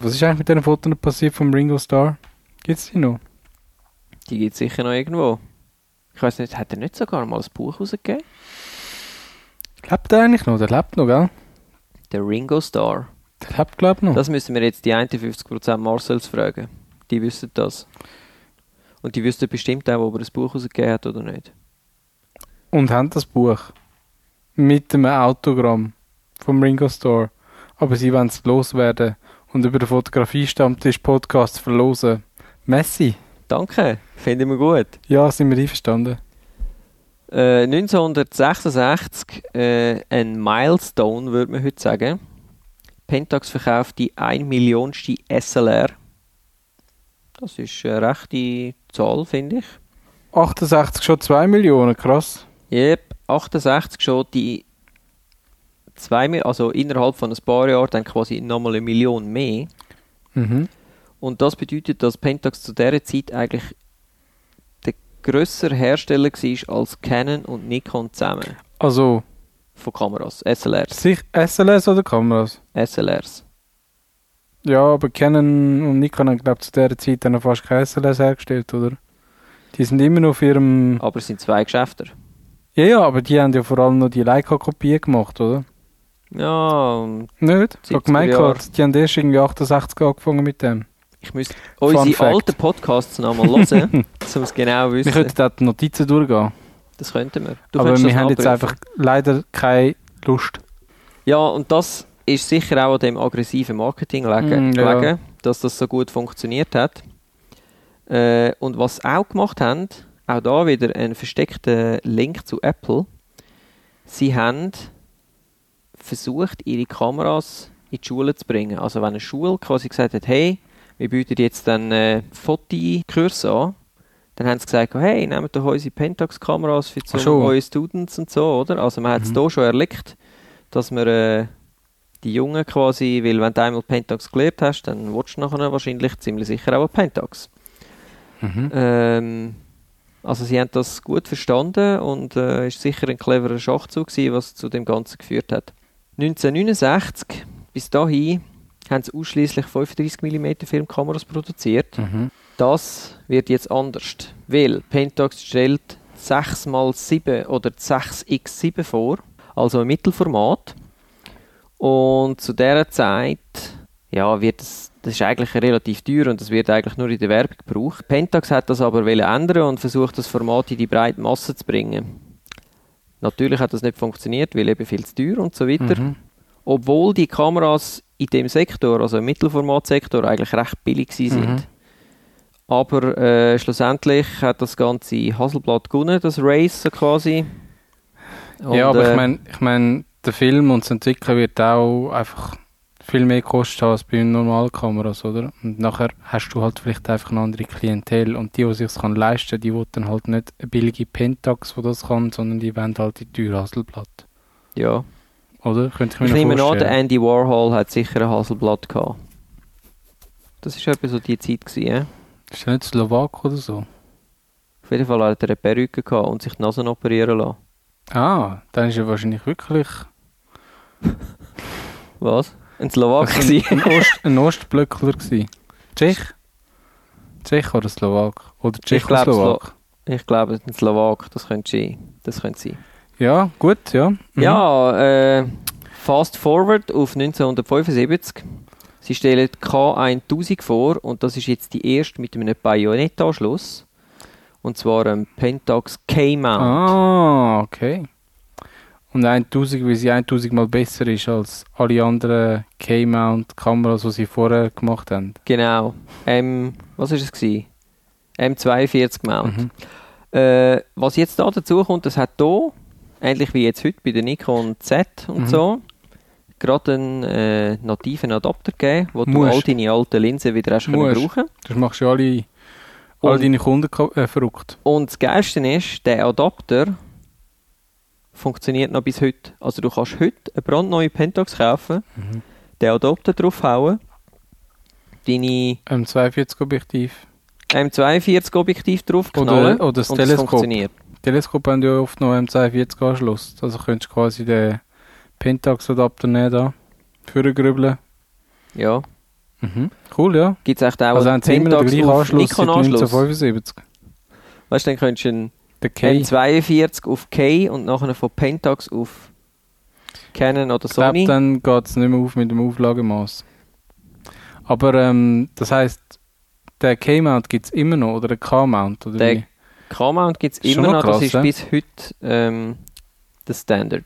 S2: Was ist eigentlich mit diesen Fotos passiert vom Ringo Starr? Gibt's die noch?
S1: Die gibt es sicher noch irgendwo. Ich weiß nicht, hat er nicht sogar mal ein Buch rausgegeben?
S2: Lebt der eigentlich noch? Der lebt noch, gell?
S1: Der Ringo Starr.
S2: Der lebt, glaub ich, noch.
S1: Das müssen wir jetzt die 51% Marcels fragen. Die wissen das. Und die wüssten bestimmt auch, ob er ein Buch rausgegeben hat oder nicht.
S2: und haben das Buch mit einem Autogramm vom Ringo Store. Aber sie wollen es loswerden und über den Fotografie-Stammtisch-Podcast verlosen. Messi?
S1: Danke, finde ich mir gut.
S2: Ja, sind wir einverstanden.
S1: Äh, 1966 äh, ein Milestone, würde man heute sagen. Pentax verkauft die 1 Millionste SLR. Das ist eine rechte Zahl, finde ich.
S2: 68 schon 2 Millionen, krass.
S1: Yep, 68 schon die 2 Millionen, also innerhalb von ein paar Jahren dann quasi nochmal eine Million mehr.
S2: Mhm.
S1: Und das bedeutet, dass Pentax zu dieser Zeit eigentlich der grössere Hersteller war als Canon und Nikon zusammen
S2: Also,
S1: von Kameras, SLRs.
S2: sich SLS oder Kameras?
S1: SLRs.
S2: Ja, aber Canon und Nikon haben, glaube zu dieser Zeit dann noch fast keine SLS hergestellt, oder? Die sind immer noch auf ihrem...
S1: Aber es sind zwei Geschäfte.
S2: Ja, ja, aber die haben ja vor allem noch die Leica-Kopie gemacht, oder?
S1: Ja, und
S2: Nicht? Ich habe
S1: 70er
S2: gemeint,
S1: Jahre.
S2: gehabt, die haben erst irgendwie 68 angefangen mit dem.
S1: ich müsste unsere
S2: Fact.
S1: alten Podcasts nochmal
S2: <laughs>
S1: hören, um es genau zu
S2: Wir
S1: wissen.
S2: könnten da die Notizen durchgehen,
S1: das könnten wir.
S2: aber
S1: könntest
S2: wir
S1: das
S2: haben jetzt
S1: nachprüfen.
S2: einfach leider keine Lust.
S1: Ja, und das ist sicher auch an dem aggressiven Marketing gelegen,
S2: Mm, ja.
S1: gelegen, dass das so gut funktioniert hat. Äh, und was sie auch gemacht haben, auch da wieder ein versteckter Link zu Apple. Sie haben versucht, ihre Kameras in die Schule zu bringen. Also wenn eine Schule quasi gesagt hat, hey, wir bieten jetzt dann äh, Fotokurs an, dann haben sie gesagt, hey, nehmt doch unsere Pentax-Kameras für
S2: Ach so.
S1: so eure Students und so, oder? Also man hat es
S2: Mhm.
S1: hier schon erlickt, dass man äh, die Jungen quasi, weil wenn du einmal Pentax gelernt hast, dann willst du nachher wahrscheinlich ziemlich sicher auch eine Pentax.
S2: Mhm.
S1: Ähm, also sie haben das gut verstanden und äh, ist sicher ein cleverer Schachzug gewesen, was zu dem Ganzen geführt hat. 1969 bis dahin haben sie ausschließlich 35 mm Filmkameras produziert.
S2: Mhm.
S1: Das wird jetzt anders, weil Pentax stellt 6x7 oder 6x7 vor, also ein Mittelformat. Und zu dieser Zeit ja, wird es, das ist eigentlich relativ teuer und das wird eigentlich nur in der Werbung gebraucht. Pentax hat das aber wollen ändern und versucht, das Format in die breite Masse zu bringen. Natürlich hat das nicht funktioniert, weil eben viel zu teuer und so weiter.
S2: Mhm.
S1: Obwohl die Kameras in dem Sektor, also im Mittelformatsektor, eigentlich recht billig gewesen sind.
S2: Mhm.
S1: Aber äh, schlussendlich hat das ganze Hasselblatt gewonnen, das Race so quasi. Und,
S2: ja, aber
S1: äh,
S2: ich meine, ich mein, der Film und das Entwickeln wird auch einfach viel mehr kosten als bei normalen Kameras, oder? Und nachher hast du halt vielleicht einfach eine andere Klientel und die, die sich kann leisten, die wollen dann halt nicht eine billige Pentax, die das kann, sondern die wollen halt die teure Hasselblatt,
S1: ja.
S2: oder? Könnte ich mir
S1: Ich
S2: noch
S1: nehme an, der
S2: vorstellen.
S1: Andy Warhol hat sicher ein Hasselblatt gehabt. Das war etwa so die Zeit. Gewesen, eh?
S2: Ist der nicht Slowak oder so?
S1: Auf jeden Fall hat er eine Perücke gehabt und sich die Nase operieren lassen.
S2: Ah, dann ist er wahrscheinlich wirklich
S1: Was? Ein Slowak
S2: Also
S1: Ah, gewesen.
S2: ein, Ost, ein Ostblöckler gewesen. Tschech? Tschech oder Slowak? Oder
S1: Ich glaub,
S2: Tschechoslowak?
S1: Ich glaube, ein Slowak, das könnte sein. Das könnte sein.
S2: Ja, gut, ja. Mhm.
S1: Ja, äh, fast forward auf 1975. Sie stellen K1000 vor und das ist jetzt die erste mit einem Bajonettanschluss. Und zwar ein Pentax K-Mount.
S2: Ah, okay. Und 1000, weil sie 1000 mal besser ist als alle anderen K-Mount-Kameras, die sie vorher gemacht haben.
S1: Genau. M, was ist es gewesen? M42 Mount.
S2: Mhm.
S1: Äh, was jetzt da dazu kommt, das hat hier, ähnlich wie jetzt heute bei der Nikon Z und
S2: Mhm.
S1: so, gerade einen äh, nativen Adapter gegeben, wo du
S2: Musst.
S1: all deine alten Linsen wieder hast können
S2: Musst.
S1: brauchen.
S2: Das machst du ja alle, all
S1: Und,
S2: deine Kunden ka- äh, verrückt.
S1: und das Geilste ist, der Adapter funktioniert noch bis heute. Also du kannst heute eine brandneue Pentax kaufen,
S2: Mhm.
S1: den Adapter draufhauen, deine
S2: M42-Objektiv.
S1: M42-Objektiv draufknallen
S2: Oder- oder das
S1: und
S2: Teleskop.
S1: funktioniert.
S2: Teleskop haben ja oft noch M42-Anschluss. Also könntest du quasi den Pentax-Adapter nehmen da. Für den Grübeln.
S1: Ja.
S2: Mhm. Cool, ja.
S1: Gibt es echt auch
S2: also
S1: einen
S2: haben sie immer noch den
S1: Pentax
S2: gleichen
S1: auf
S2: Anschluss seit
S1: Nikon-Anschluss?
S2: 1975.
S1: Weißt du, dann könntest du einen
S2: Der K. Ich
S1: M42 auf K und nachher von Pentax auf Canon oder
S2: glaube,
S1: Sony.
S2: dann geht es nicht mehr auf mit dem Auflagemaß. Aber ähm, das heisst, der K-Mount gibt es immer noch oder der K-Mount? Oder
S1: Der-
S2: wie?
S1: K-Mount gibt es
S2: Ist schon
S1: immer
S2: noch
S1: noch,
S2: krass,
S1: das ist
S2: ja?
S1: bis heute ähm, der Standard.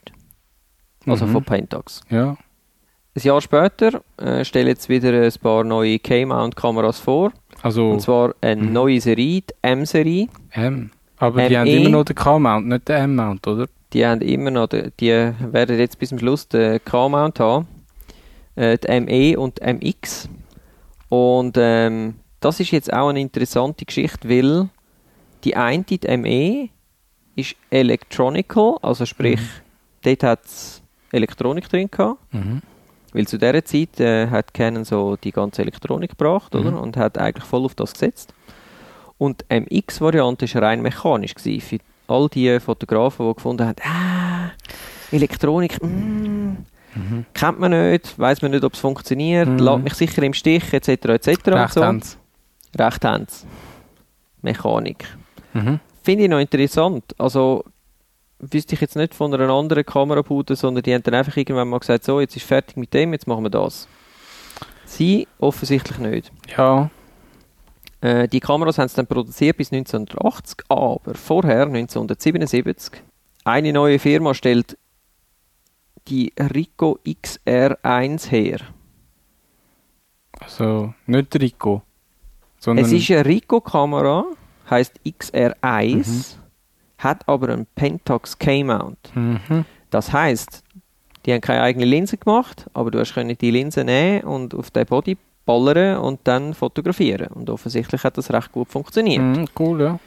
S1: Also
S2: Mhm.
S1: von Pentax.
S2: Ja.
S1: Ein Jahr später äh, stellen jetzt wieder ein paar neue K-Mount-Kameras vor.
S2: Also
S1: Und zwar eine
S2: Mhm.
S1: neue Serie, die M-Serie.
S2: M. Aber die
S1: ME.
S2: haben immer noch den K-Mount, nicht den M-Mount, oder?
S1: Die haben immer noch, den- die werden jetzt bis zum Schluss den K-Mount haben. Äh, die ME und die MX. Und ähm, das ist jetzt auch eine interessante Geschichte, weil die eine, die ME, ist electronical, also sprich, dort hat es Elektronik drin gehabt.
S2: Mhm.
S1: Weil zu dieser Zeit äh, hat Canon so die ganze Elektronik gebracht
S2: Mhm.
S1: oder? und hat eigentlich voll auf das gesetzt. Und die MX-Variante war rein mechanisch. Gewesen. Für all die Fotografen, die gefunden haben, ah, Elektronik, mm, Kennt man nicht, weiß man nicht, ob es funktioniert,
S2: Mhm.
S1: lässt mich sicher im Stich, etc. etc. und
S2: Recht
S1: Genau, so.
S2: haben sie.
S1: Recht haben sie. Mechanik.
S2: Mhm.
S1: Finde ich noch interessant. Also, wüsste ich jetzt nicht von einer anderen Kamerabude, sondern die haben dann einfach irgendwann mal gesagt, so, jetzt ist fertig mit dem, jetzt machen wir das. Sie offensichtlich nicht.
S2: Ja,
S1: Äh, die Kameras haben sie dann produziert bis 1980, aber vorher, 1977, eine neue Firma stellt die Rico XR1 her.
S2: also nicht der Rico. Sondern
S1: es ist eine Rico-Kamera, heißt XR1, hat aber einen Pentax K-Mount.
S2: Mhm.
S1: Das heißt, die haben keine eigene Linse gemacht, aber du hast können die Linse nehmen und auf den Body ballern und dann fotografieren. Und offensichtlich hat das recht gut funktioniert.
S2: Mhm, cool, ja.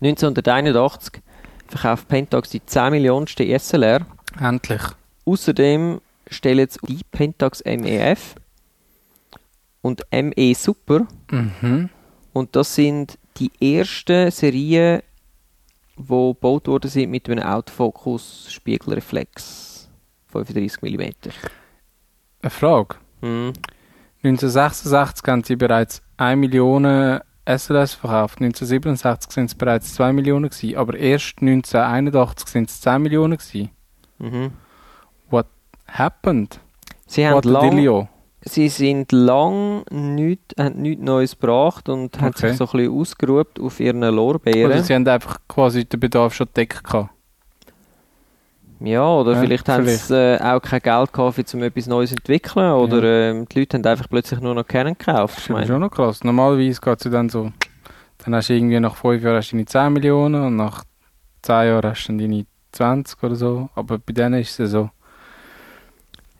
S1: 1981 verkauft Pentax die 10 Millionenste SLR.
S2: Endlich.
S1: Außerdem stellen jetzt die Pentax MEF und ME Super
S2: Mhm.
S1: und das sind die ersten Serien, die gebaut worden sind mit einem Autofokus Spiegelreflex 35 mm.
S2: Eine Frage.
S1: Hm.
S2: 1966 haben sie bereits 1 Million äh, SLS verkauft. 1967 sind es bereits 2 Millionen gewesen, aber erst 1981 sind es 10 Millionen gewesen.
S1: Mhm.
S2: What happened?
S1: Sie, haben
S2: What the
S1: lang,
S2: dealio?
S1: sie sind lang nichts nicht Neues gebracht und haben
S2: Okay.
S1: sich so ein bisschen ausgeruht auf ihren
S2: Oder
S1: Lorbeeren.
S2: Also sie haben einfach quasi den Bedarf schon gedeckt gehabt.
S1: Ja, oder
S2: Ja,
S1: vielleicht haben sie äh, auch kein Geld gehabt, um etwas Neues zu entwickeln. Oder ähm, die Leute haben einfach plötzlich nur noch Canon gekauft. Ich
S2: Das ist
S1: meine,
S2: schon noch krass. Normalerweise geht es dann so, dann hast du irgendwie nach 5 Jahren hast du deine 10 Millionen und nach 10 Jahren hast du dann deine 20 oder so. Aber bei denen ist es so.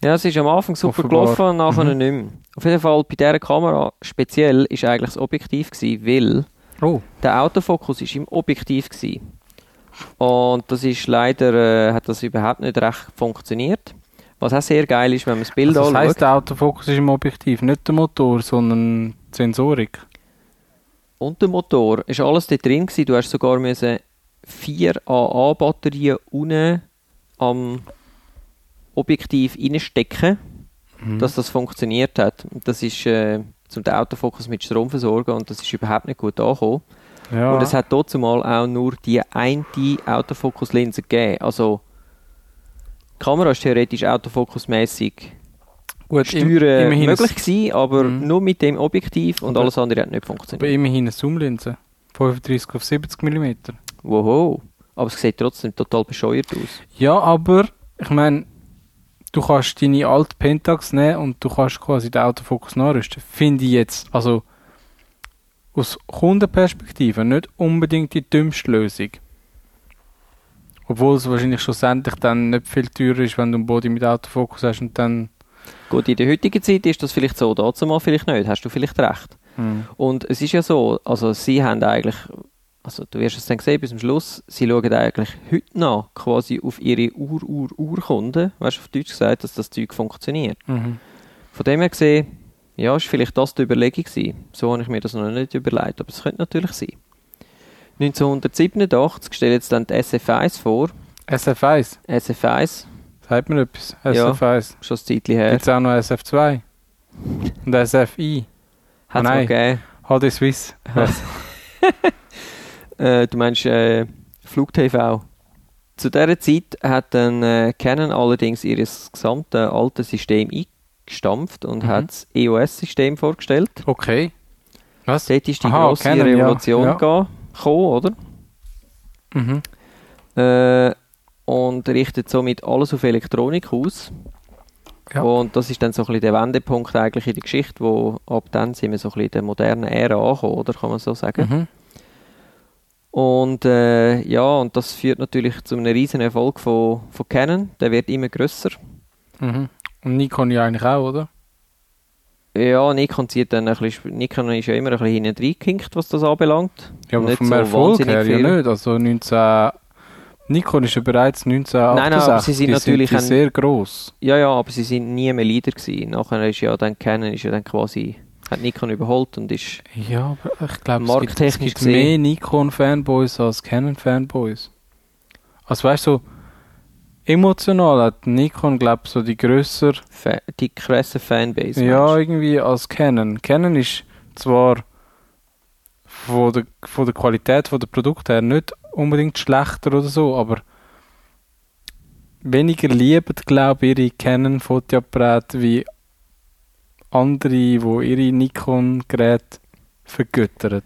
S1: ja, es ist am Anfang super
S2: Offenbar. Mhm.
S1: gelaufen und nachher nicht mehr. Auf jeden Fall, bei dieser Kamera speziell ist eigentlich das Objektiv, gewesen, weil
S2: Oh.
S1: der Autofokus ist im Objektiv. Gewesen. Und das ist leider, äh, hat das überhaupt nicht recht funktioniert. Was auch sehr geil ist, wenn man das Bild
S2: Also das
S1: anschaut.
S2: heisst, der Autofokus ist im Objektiv, nicht der Motor, sondern die Sensorik.
S1: Und der Motor ist alles da drin. Gewesen. Du hast sogar müssen vier AA-Batterien unten am Objektiv reinstecken,
S2: Mhm.
S1: dass das funktioniert hat. Und Das ist äh, zum den Autofokus mit Strom versorgen und das ist überhaupt nicht gut angekommen.
S2: Ja.
S1: Und es hat zumal auch nur die eine Autofokuslinse gegeben. Also die Kamera ist theoretisch autofokusmäßig
S2: gut,
S1: steuern
S2: immerhin
S1: möglich gewesen, aber
S2: Mhm.
S1: nur mit dem Objektiv und
S2: Aber-
S1: alles andere hat nicht
S2: Ein, aber
S1: funktioniert.
S2: immerhin eine Zoomlinse. 35 auf 70 mm.
S1: Wow. Aber es sieht trotzdem total bescheuert aus.
S2: Ja, aber ich meine, du kannst deine alte Pentax nehmen und du kannst quasi den Autofokus nachrüsten. Finde ich jetzt, also aus Kundenperspektive nicht unbedingt die dümmste Lösung. Obwohl es wahrscheinlich schlussendlich dann nicht viel teurer ist, wenn du einen Body mit Autofokus hast und dann.
S1: Gut, in der heutigen Zeit ist das vielleicht so, dazu mal vielleicht nicht, hast du vielleicht recht. Und es ist ja so, also sie haben eigentlich, also du wirst es dann sehen bis zum Schluss, sie schauen eigentlich heute noch quasi auf ihre Ur-Ur-Urkunden, weißt du, auf Deutsch gesagt, dass das Zeug funktioniert.
S2: Mhm.
S1: Von dem her gesehen, ja, ist vielleicht das die Überlegung gewesen. So habe ich mir das noch nicht überlegt, aber es könnte natürlich sein. 1987 stellt jetzt dann die SF1 vor.
S2: SF1.
S1: SF1,
S2: Sagt mir etwas.
S1: Ja.
S2: SF1.
S1: schon ein Zeitchen her.
S2: Gibt es auch noch SF2? Und SFI?
S1: Hat es
S2: Nein.
S1: gegeben.
S2: HD Swiss.
S1: Äh, du meinst äh, Flug-TV. Zu dieser Zeit hat dann äh, Canon allerdings ihr gesamte alte System eingestampft und
S2: Mhm.
S1: hat das EOS-System vorgestellt.
S2: Okay. Was?
S1: Dort ist die
S2: Aha,
S1: grosse
S2: Canon, ja,
S1: Revolution
S2: ja.
S1: ga- gekommen,
S2: Mhm.
S1: oder? Äh, und richtet somit alles auf Elektronik aus.
S2: Ja.
S1: Und das ist dann so ein bisschen der Wendepunkt eigentlich in der Geschichte, wo ab dann sind wir so ein bisschen in der modernen Ära angekommen, oder kann man so sagen?
S2: Mhm.
S1: Und äh, ja, und das führt natürlich zu einem riesen Erfolg von, von Canon. Der wird immer grösser.
S2: Mhm. Und Nikon ja eigentlich auch, oder?
S1: Ja, Nikon zieht dann ein bisschen, Nikon ist ja immer ein bisschen hinten reingehinkt, was das anbelangt.
S2: Ja, aber
S1: Nicht
S2: vom
S1: so
S2: Erfolg
S1: wahnsinnig
S2: her ja
S1: viel.
S2: nicht. Also 19... Nikon ist ja bereits 1968.
S1: Nein, nein, aber sie sind
S2: Die
S1: natürlich
S2: die
S1: ein-
S2: sehr gross.
S1: Ja, ja, aber sie sind nie mehr Leader gewesen. Nachher ist ja dann Canon ist ja dann quasi, hat Nikon überholt und ist,
S2: Ja, aber ich glaube, es gibt, es
S1: Markttechnisch
S2: gibt mehr Nikon-Fanboys als Canon-Fanboys. Also weißt du, so, emotional hat Nikon, glaube ich, so die grösser
S1: Fa die krasse Fanbase.
S2: Ja,
S1: meinst
S2: irgendwie als Canon. Canon ist zwar von der, von der Qualität von der Produkte her nicht unbedingt schlechter oder so, aber weniger lieben, glaube ich, ihre Canon-Fotoapparate wie andere, die ihre Nikon-Geräte vergöttern.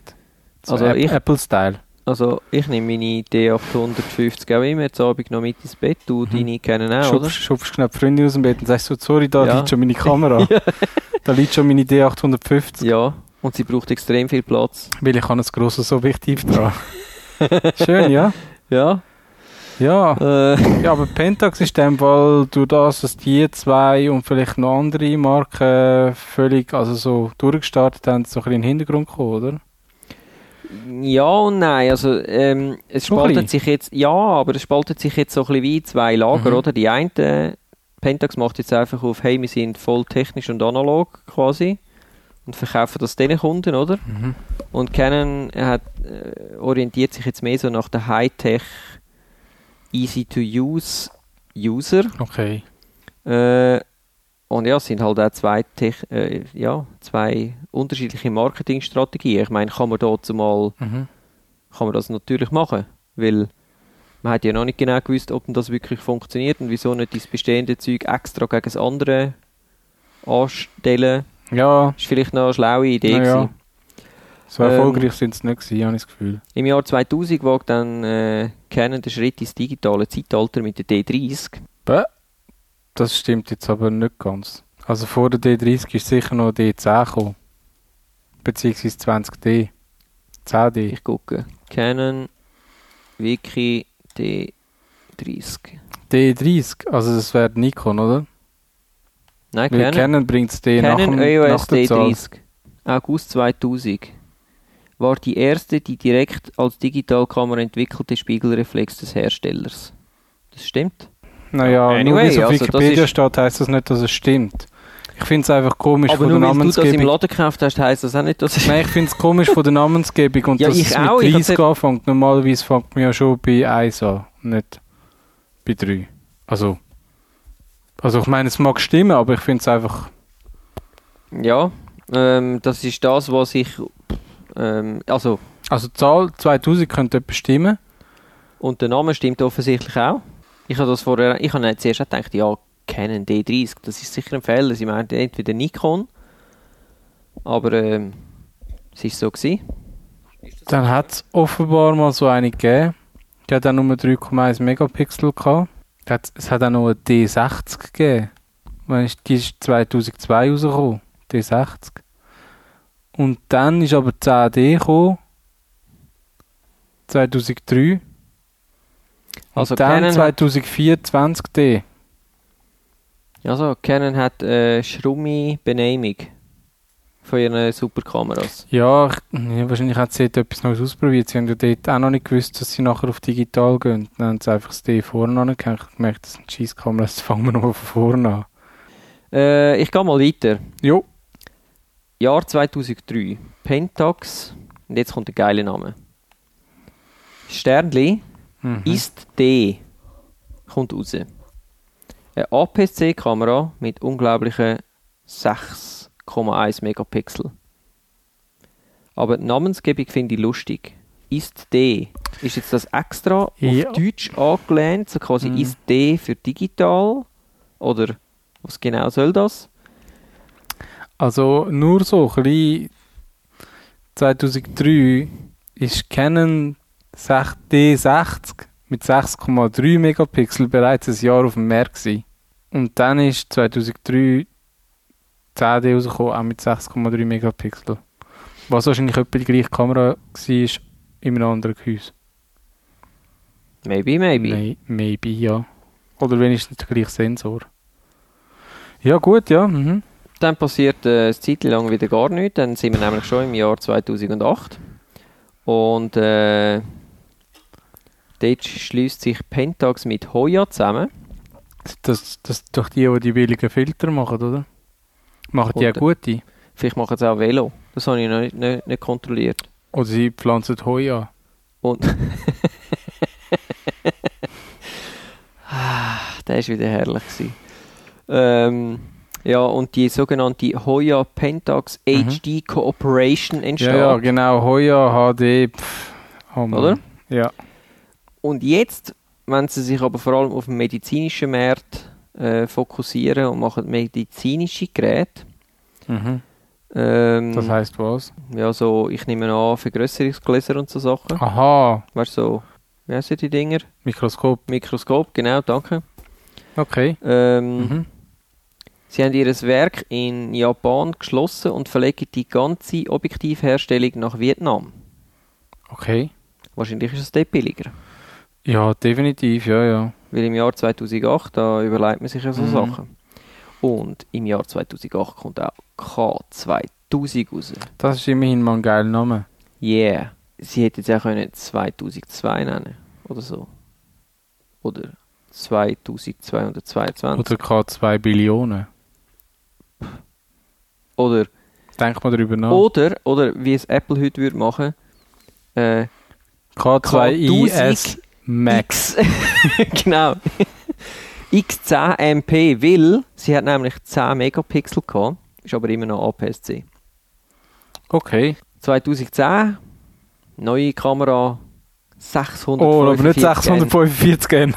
S2: So
S1: Also
S2: also
S1: ich-
S2: Apple-Style.
S1: du? Also, ich nehme meine D850 auch immer jetzt Abend noch mit ins Bett. Du, deine kennen auch, oder?
S2: Schubst, schubst knapp Freunde aus dem Bett und sagst so, sorry, da
S1: Ja.
S2: liegt schon
S1: <laughs>
S2: meine Kamera. Da liegt schon meine D850.
S1: Ja. Und sie braucht extrem viel Platz.
S2: Weil ich habe ein grosses Objektiv dran. <laughs> Schön, ja?
S1: Ja.
S2: Ja.
S1: Äh,
S2: ja, aber Pentax ist in dem Fall durch das, dass die zwei und vielleicht noch andere Marken völlig also so durchgestartet haben, so ein bisschen in den Hintergrund gekommen, oder?
S1: Ja und nein, also ähm, es
S2: Schon ein
S1: spaltet
S2: bisschen.
S1: sich jetzt, ja, aber es spaltet sich jetzt so ein bisschen wie in zwei Lager,
S2: Mhm.
S1: oder? Die einen, Pentax macht jetzt einfach auf, hey, wir sind voll technisch und analog quasi und verkaufen das den Kunden, oder?
S2: Mhm.
S1: Und Canon hat, äh, orientiert sich jetzt mehr so nach der Hightech, easy-to-use User.
S2: Okay.
S1: Äh, und ja, es sind halt auch zwei, Tech äh, ja, zwei unterschiedliche Marketingstrategien. Ich meine, kann man da zumal
S2: Mhm.
S1: kann man das natürlich machen, weil man hat ja noch nicht genau gewusst, ob denn das wirklich funktioniert und wieso nicht das bestehende Zeug extra gegen das andere anstellen.
S2: Ja,
S1: ist vielleicht noch eine schlaue Idee.
S2: Na ja.
S1: eh gewesen.
S2: so
S1: Ähm.
S2: erfolgreich sind sie nicht gewesen, habe ich das Gefühl.
S1: Im Jahr 2000 wagt dann äh, Canon den Schritt ins digitale Zeitalter mit der D30.
S2: Das stimmt jetzt aber nicht ganz. Also vor der D30 ist sicher noch D10 gekommen. Beziehungsweise 20D. 10D.
S1: Ich gucke. Canon Wiki D30.
S2: D30, also das wäre Nikon, oder?
S1: Nein,
S2: Weil
S1: Canon.
S2: Canon bringt es D nach,
S1: Canon
S2: dem-
S1: EOS
S2: nach der Zahl.
S1: D30, August 2000, war die erste, die direkt als Digitalkamera entwickelte Spiegelreflex des Herstellers. Das stimmt.
S2: Naja,
S1: Anyway,
S2: nur weil es auf
S1: also das
S2: Wikipedia
S1: ist-
S2: steht, heisst das nicht, dass es stimmt. Ich finde es einfach komisch
S1: Aber
S2: von der
S1: nur weil du das im
S2: Namensgebung.
S1: Laden gekauft hast, heisst das auch nicht, dass
S2: <laughs> Nein, ich finde es komisch von der Namensgebung und
S1: Ja,
S2: dass
S1: ich
S2: es
S1: auch, ich
S2: mit 30
S1: hab's-
S2: anfängt. Normalerweise fängt man ja schon bei 1 an, nicht bei 3. Also, also ich meine, es mag stimmen, aber ich finde es einfach...
S1: Ja, ähm, das ist das, was ich... Ähm, also,
S2: Also die Zahl 2000 könnte etwas stimmen.
S1: und der Name stimmt offensichtlich auch. Ich habe das vorher... Ich habe zuerst auch gedacht, ja, Canon D30, das ist sicher ein Fehler. Sie meinten entweder Nikon, aber ähm, es ist so gewesen.
S2: Dann hat es offenbar mal so eine gegeben. Die hat dann nur 3,1 Megapixel gehabt. Die hat- Es hat auch noch eine D60 gegeben. Weisst, Die ist 2002 rausgekommen. D60. Und dann ist aber 10D gekommen. 2003.
S1: Also
S2: Also dann
S1: Canon
S2: 2004 20D.
S1: Also, Canon hat eine schrumme Benehmung von ihren Superkameras.
S2: Ja, ich, ja, wahrscheinlich hat sie dort etwas Neues ausprobiert. Sie haben ja dort auch noch nicht gewusst, dass sie nachher auf digital gehen. Dann haben sie einfach das D vorne angehängt und gemerkt, das ist eine Scheisskamera, jetzt fangen wir nochmal von vorne an.
S1: Äh, ich gehe mal weiter.
S2: Jo.
S1: Jahr 2003. Pentax. Und jetzt kommt der geile Name. Sternli
S2: Mhm.
S1: ist D. Kommt raus. Eine APC-Kamera mit unglaublichen 6,1 Megapixel. Aber die Namensgebung finde ich lustig. Ist D. Ist jetzt das extra
S2: Ja.
S1: auf Deutsch angelehnt? So quasi
S2: Mhm.
S1: ist D für digital? Oder was genau soll das?
S2: Also nur so klein. 2003 ist Canon 6 D60 mit 6,3 Megapixel bereits ein Jahr auf dem Markt gewesen. Und dann ist 2003 10D rausgekommen, auch mit 6,3 Megapixel. Was wahrscheinlich etwa die gleiche Kamera war in einem anderen Gehäuse.
S1: Maybe, maybe.
S2: May- Maybe, ja. Oder wenigstens der gleiche Sensor. Ja gut, ja. Mhm.
S1: Dann passiert äh, eine Zeit lang wieder gar nichts. Dann sind wir nämlich schon im Jahr 2008. Und äh, dort schließt sich Pentax mit Hoya zusammen.
S2: Das, das doch die, die die billigen Filter machen, oder? Machen die
S1: Oder-
S2: auch gute?
S1: Vielleicht machen sie auch Velo. Das habe ich noch nicht, nicht, nicht kontrolliert.
S2: Oder sie pflanzen Heu an?
S1: Und <laughs> Der war wieder herrlich. Gewesen. Ähm, ja, und die sogenannte Hoya Pentax HD Cooperation entsteht.
S2: Mhm. Ja, ja, genau. Hoya HD. Pff, oh Mann.
S1: Oder?
S2: Ja.
S1: Und jetzt, wenn sie sich aber vor allem auf den medizinischen Markt äh, fokussieren und machen medizinische Geräte,
S2: Mhm.
S1: ähm,
S2: Das heisst was?
S1: ja, so, ich nehme an, Vergrößerungsgläser und so Sachen,
S2: Aha,
S1: weißt du, so, wie heissen die Dinger?
S2: Mikroskop.
S1: Mikroskop, genau, danke.
S2: Okay.
S1: Ähm,
S2: Mhm.
S1: Sie haben ihr Werk in Japan geschlossen und verlegen die ganze Objektivherstellung nach Vietnam.
S2: Okay.
S1: Wahrscheinlich ist es dort billiger.
S2: Ja, definitiv, ja, ja.
S1: Weil im Jahr 2008, da überlegt man sich ja so
S2: Mhm.
S1: Sachen. Und im Jahr 2008 kommt auch K2000 raus.
S2: Das ist immerhin mal ein geiler Name.
S1: Yeah. Sie hätte jetzt auch können 2002 nennen oder so. Oder 2222.
S2: Oder K2 Billionen.
S1: Oder,
S2: Denk mal darüber nach.
S1: oder, oder wie es Apple heute würde machen, äh,
S2: K2IS Max.
S1: X. <laughs> genau. <laughs> X10 MP, weil sie hat nämlich 10 Megapixel gehabt, ist aber immer noch APS-C.
S2: Okay.
S1: 2010, neue Kamera, 600
S2: Oh, aber nicht 645 N.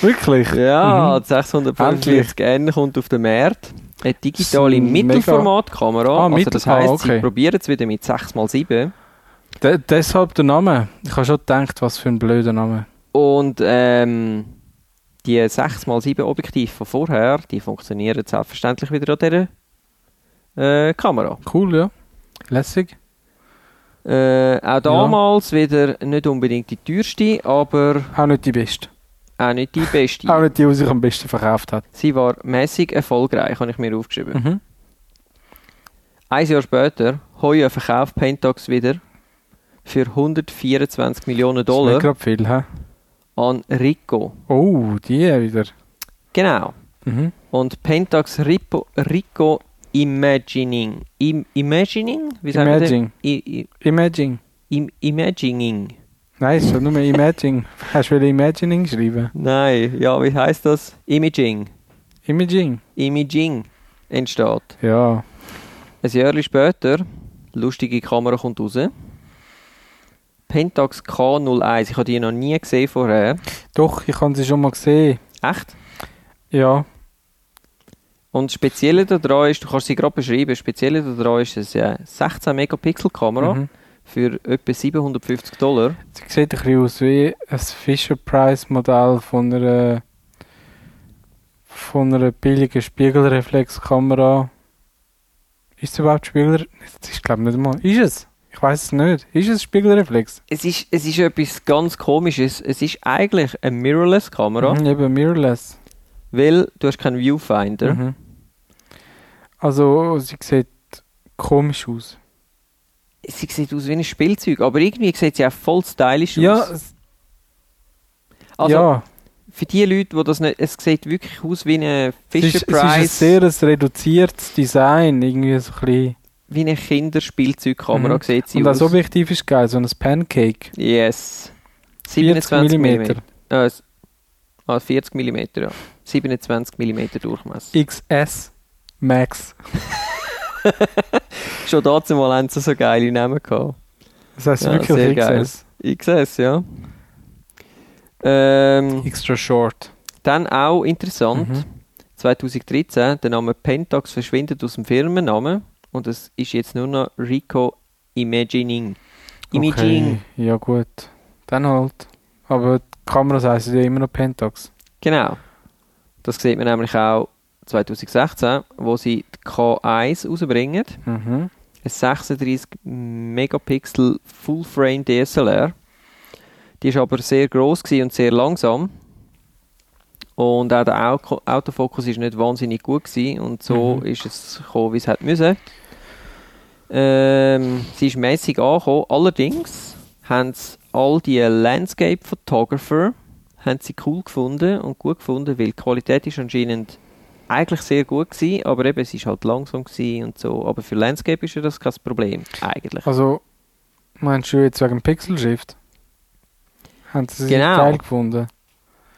S2: Wirklich?
S1: Ja,
S2: Mhm.
S1: die 645 N kommt auf den Markt. Eine digitale
S2: Das ist mega-
S1: Mittelformatkamera.
S2: Ah,
S1: also
S2: Mittel-
S1: das heisst,
S2: ah, okay.
S1: sie probieren es wieder mit 6x7.
S2: De deshalb der Name. Ich habe schon gedacht, was für ein blöder Name.
S1: Und ähm, die 6x7 Objektive von vorher, die funktionieren selbstverständlich wieder an dieser äh, Kamera.
S2: Cool, ja. Lässig.
S1: Äh, auch damals wieder nicht unbedingt die teuerste, aber
S2: Auch nicht die beste.
S1: auch nicht die beste.
S2: Mhm. Auch nicht die, die sich am besten verkauft hat.
S1: Sie war mäßig erfolgreich, habe ich mir aufgeschrieben.
S2: Mhm.
S1: Ein Jahr später, heuer verkauft Pentax wieder für 124 Millionen
S2: Das ist nicht
S1: Dollar
S2: gerade viel, hä?
S1: an Rico.
S2: Oh, die wieder.
S1: Genau.
S2: Mhm.
S1: Und Pentax Rico, Rico Imagining. Im, imagining? Wie sagt man das?
S2: Imaging.
S1: I, i,
S2: Imaging.
S1: im, imagining.
S2: Nein, es ist schon nur <laughs> Imaging. Hast du wieder Imagining schreiben?
S1: Nein, ja, wie heißt das? Imaging.
S2: Imaging.
S1: Imaging entsteht.
S2: Ja.
S1: Ein Jahr später, lustige Kamera kommt raus. Pentax K01. Ich habe die noch nie gesehen vorher.
S2: Doch, ich habe sie schon mal gesehen.
S1: Echt?
S2: Ja.
S1: Und das Spezielle daran ist, du kannst sie gerade beschreiben, das Spezielle daran ist, es ist eine 16-Megapixel-Kamera
S2: Mhm.
S1: für etwa 750 Dollar.
S2: Sie sieht ein bisschen aus wie ein Fisher-Price-Modell von einer, von einer billigen Spiegelreflexkamera. Ist es überhaupt Spiegelreflex? Ich glaube nicht mal. Ist es? Ich weiß es nicht. Ist es Spiegelreflex?
S1: Es ist, es ist etwas ganz Komisches. Es ist eigentlich eine Mirrorless-Kamera,
S2: Mhm, eben mirrorless.
S1: weil du hast keinen Viewfinder.
S2: Mhm. Also, sie sieht komisch aus.
S1: Sie sieht aus wie ein Spielzeug, aber irgendwie sieht sie auch voll stylisch
S2: Ja,
S1: aus.
S2: es-
S1: Also
S2: ja.
S1: für die Leute, die das nicht... Es sieht wirklich aus wie eine
S2: Es ist, es ist ein
S1: Fisher-Price,
S2: sehr ein reduziertes Design. Irgendwie so ein bisschen.
S1: wie eine Kinderspielzeugkamera
S2: Mhm.
S1: sieht sie
S2: Und das
S1: aus.
S2: Objektiv ist geil, so ein Pancake.
S1: Yes.
S2: 40
S1: 27 mm.
S2: Millimeter.
S1: Äh, s- ah, 40 mm, ja. 27 mm Durchmesser.
S2: XS Max.
S1: Schon dazu mal haben sie so geile Namen gehabt.
S2: Das heißt
S1: Ja, sehr
S2: wirklich XS.
S1: XS, ja. Ähm,
S2: Extra short.
S1: dann auch interessant,
S2: Mhm.
S1: 2013, der Name Pentax verschwindet aus dem Firmennamen und es ist jetzt nur noch Rico Imagining. Imaging,
S2: Okay. Ja gut. Dann halt. Aber die Kameras heißen ja immer noch Pentax.
S1: genau. Das sieht man nämlich auch 2016, wo sie die K1 rausbringen.
S2: Mhm.
S1: ein 36 Megapixel Full Frame DSLR. Die ist aber sehr groß und sehr langsam. Und auch der Au- Autofokus ist nicht wahnsinnig gut gewesen. und so
S2: Mhm.
S1: ist es gekommen, wie es hätte müssen. Ähm, sie ist mäßig angekommen. Allerdings haben sie all die Landscape Photographer haben sie cool gefunden und gut gefunden, weil die Qualität ist anscheinend eigentlich sehr gut gewesen, aber eben, es ist halt langsam gewesen und so. Aber für Landscape ist ja das kein Problem, eigentlich.
S2: Also meinst du jetzt wegen Pixel Shift? Haben sie sich
S1: Genau.
S2: geil gefunden?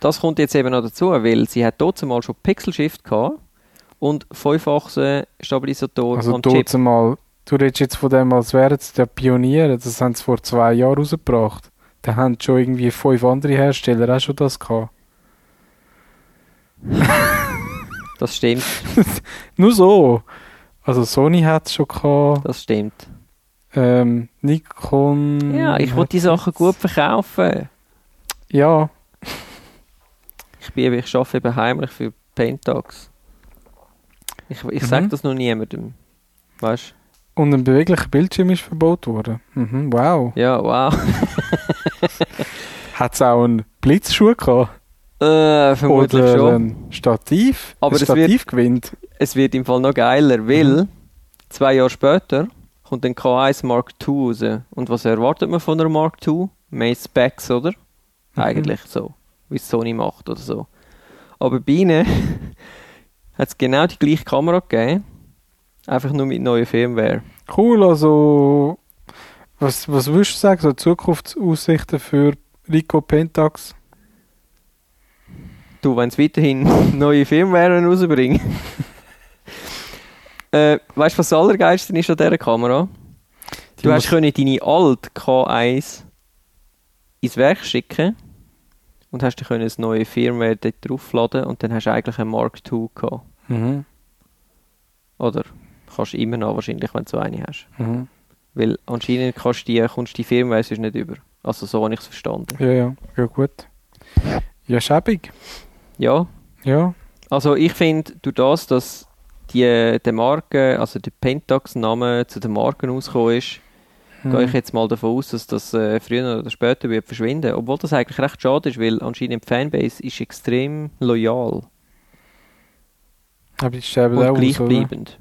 S1: Das kommt jetzt eben noch dazu, weil sie hat dort mal schon Pixel Shift gehabt und fünfachsen Stabilisator
S2: Also
S1: am Chip.
S2: dort mal, du redest jetzt von dem, als wären es die Pioniere, das haben sie vor zwei Jahren rausgebracht. Da haben schon irgendwie fünf andere Hersteller auch schon das gehabt.
S1: Das stimmt,
S2: Nur so. Also Sony hat es schon gehabt,
S1: das stimmt.
S2: ähm, Nikon...
S1: Ja, ich will die Sachen gut verkaufen.
S2: Ja,
S1: Ich, bin, eben- ich arbeite eben heimlich für Pentax. Ich, ich sage
S2: Mhm.
S1: das noch niemandem. Weißt
S2: und ein beweglicher Bildschirm ist verbaut worden. Mhm, wow.
S1: du? Ja, wow. <laughs>
S2: Hat es auch einen Blitzschuh gehabt?
S1: Äh, <laughs> vermutlich
S2: Oder ähm,
S1: schon.
S2: ein Stativ?
S1: Aber
S2: ein
S1: es wird-
S2: Stativ gewinnt.
S1: Es wird im Fall noch geiler, weil
S2: Mhm.
S1: zwei Jahre später kommt ein K1 Mark II raus. Und was erwartet man von einer Mark II? Mehr Specs, oder?
S2: Mhm.
S1: Eigentlich so, wie es Sony macht oder so. Aber bei ihnen <laughs> hat es genau die gleiche Kamera gegeben, einfach nur mit neuer Firmware.
S2: Cool, also... Was, was würdest du sagen, so Zukunftsaussichten für Rico Pentax?
S1: Du, wenn es weiterhin <laughs> neue Firmware rausbringen. äh, weißt du, was das Allergeilste ist an dieser Kamera? Du hast können deine alte K1 ins Werk schicken und hast dir können das neue Firmware dort draufladen und dann hast du eigentlich einen Mark II gehabt.
S2: Mhm.
S1: Oder kannst du immer noch wahrscheinlich, wenn du so eine hast.
S2: Mhm.
S1: Weil anscheinend kannst du die, kommst du die Firmware sonst nicht über. Also so habe ich es verstanden.
S2: Ja, ja, ja, gut. Ja, schäbig.
S1: Ja,
S2: Ja.
S1: also ich finde, durch das, dass die, der Marke, also der Pentax-Name zu den Marken rausgekommen ist,
S2: Mhm.
S1: gehe ich jetzt mal davon aus, dass das äh, früher oder später wird verschwinden. Obwohl das eigentlich recht schade ist, weil anscheinend die Fanbase ist extrem loyal
S2: Aber ich schäbe
S1: und
S2: auch aus, oder?
S1: gleichbleibend.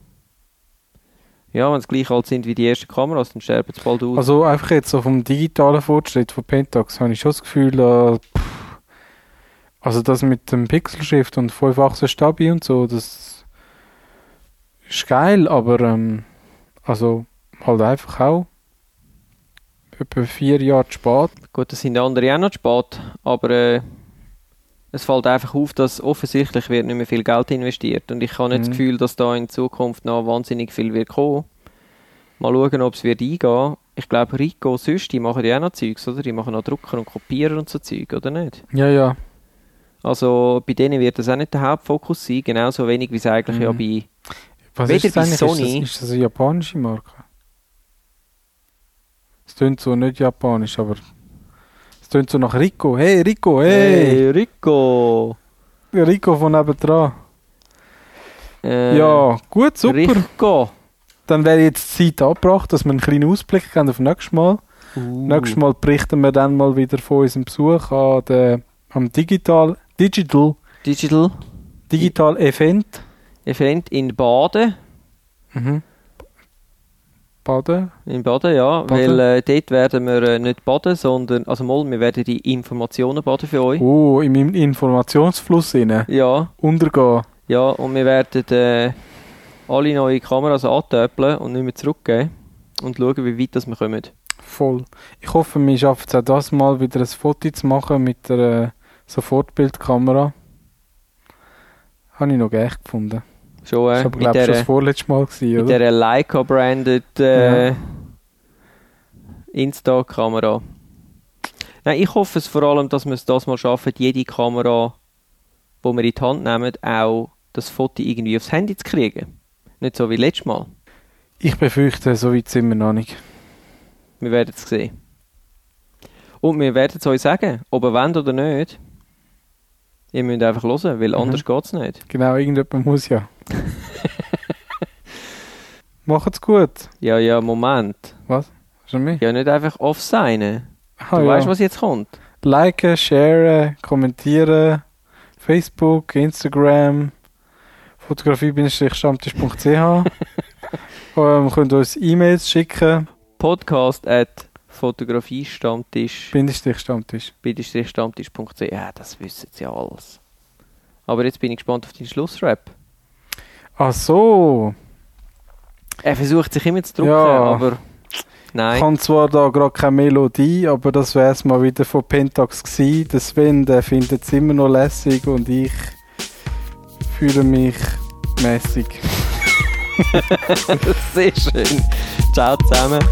S1: Ja, wenn sie gleich alt sind wie die ersten Kameras, dann sterben sie bald aus.
S2: Also einfach jetzt so vom digitalen Fortschritt von Pentax habe ich schon das Gefühl, da, pff, also das mit dem Pixelschrift und 5.8 Stabi und so, das ist geil, aber ähm, also halt einfach auch etwa vier Jahre zu spät.
S1: Gut, das sind andere auch noch zu spät, aber äh, es fällt einfach auf, dass offensichtlich wird nicht mehr viel Geld investiert und ich habe nicht das
S2: Mhm.
S1: Gefühl, dass da in Zukunft noch wahnsinnig viel wird kommen. Mal schauen, ob es wird eingehen. Ich glaube, Rico sonst, die machen ja auch noch Zeugs, oder? Die machen noch Drucker und Kopierer und so Zeug, oder nicht?
S2: Ja, ja.
S1: Also bei denen wird das auch nicht der Hauptfokus sein, genauso wenig wie es eigentlich ja
S2: Mhm.
S1: bei...
S2: Was
S1: Weder
S2: ist
S1: bei
S2: das eigentlich?
S1: Sony-
S2: Ist das, ist das eine japanische Marke? Es klingt so nicht japanisch, aber es klingt so nach Rico. Hey Rico, hey!
S1: Rico!
S2: Rico von nebendran.
S1: Äh,
S2: Ja, gut, super.
S1: Rico!
S2: Dann wäre jetzt die Zeit angebracht, dass wir einen kleinen Ausblick geben auf nächstes Mal.
S1: Uh.
S2: Nächstes Mal berichten wir dann mal wieder von unserem Besuch an der, am Digital, Digital,
S1: Digital
S2: Digital Event.
S1: Event in Baden.
S2: Mhm. Baden.
S1: In Baden, ja.
S2: Baden?
S1: Weil äh, dort werden wir äh, nicht baden, sondern, also mal, wir werden die Informationen baden für euch.
S2: Oh, in meinem Informationsfluss rein.
S1: Ja,
S2: Untergehen.
S1: ja, und wir werden äh, alle neue Kameras antöpeln und nicht mehr zurückgeben und schauen, wie weit das wir kommen.
S2: Voll. Ich hoffe, wir schaffen es auch das mal wieder ein Foto zu machen mit der äh, Sofortbildkamera. Habe ich noch echt gefunden.
S1: Schon,
S2: Das
S1: äh,
S2: war aber,
S1: mit
S2: glaube ich, schon das
S1: dieser,
S2: vorletzte Mal. Gewesen,
S1: mit
S2: oder?
S1: dieser Leica-branded äh,
S2: Ja.
S1: Insta-Kamera. Nein, ich hoffe es vor allem, dass wir es das mal schaffen, jede Kamera, die wir in die Hand nehmen, auch das Foto irgendwie aufs Handy zu kriegen. Nicht so wie letztes Mal.
S2: Ich befürchte, so weit sind wir noch nicht.
S1: Wir werden es sehen. Und wir werden es euch sagen, ob ihr wollt oder nicht. Ihr müsst einfach hören, weil
S2: Mhm.
S1: anders geht es nicht.
S2: Genau, irgendjemand
S1: <laughs>
S2: muss ja. Macht's gut.
S1: Ja, ja, Moment.
S2: Schon mich?
S1: Ja, nicht einfach off sein. Du
S2: Ah, ja.
S1: weißt, was jetzt kommt.
S2: Liken, sharen, kommentieren. Facebook, Instagram,
S1: <laughs>
S2: fotografie-stammtisch.ch. ähm, könnt uns E-Mails schicken.
S1: Podcast at fotografiestammtisch
S2: Bindestrich Stammtisch.
S1: stammtisch.ch Ja, das wissen sie ja alles. Aber jetzt bin ich gespannt auf deinen Schlussrap.
S2: Ach so.
S1: Er versucht sich immer zu drücken,
S2: Ja.
S1: aber Nein.
S2: Ich habe zwar da gerade keine Melodie, aber das wäre es mal wieder von Pentax gewesen. Der Sven, der findet es immer noch lässig und ich fühle mich mäßig.
S1: <laughs> Sehr schön. Ciao zusammen.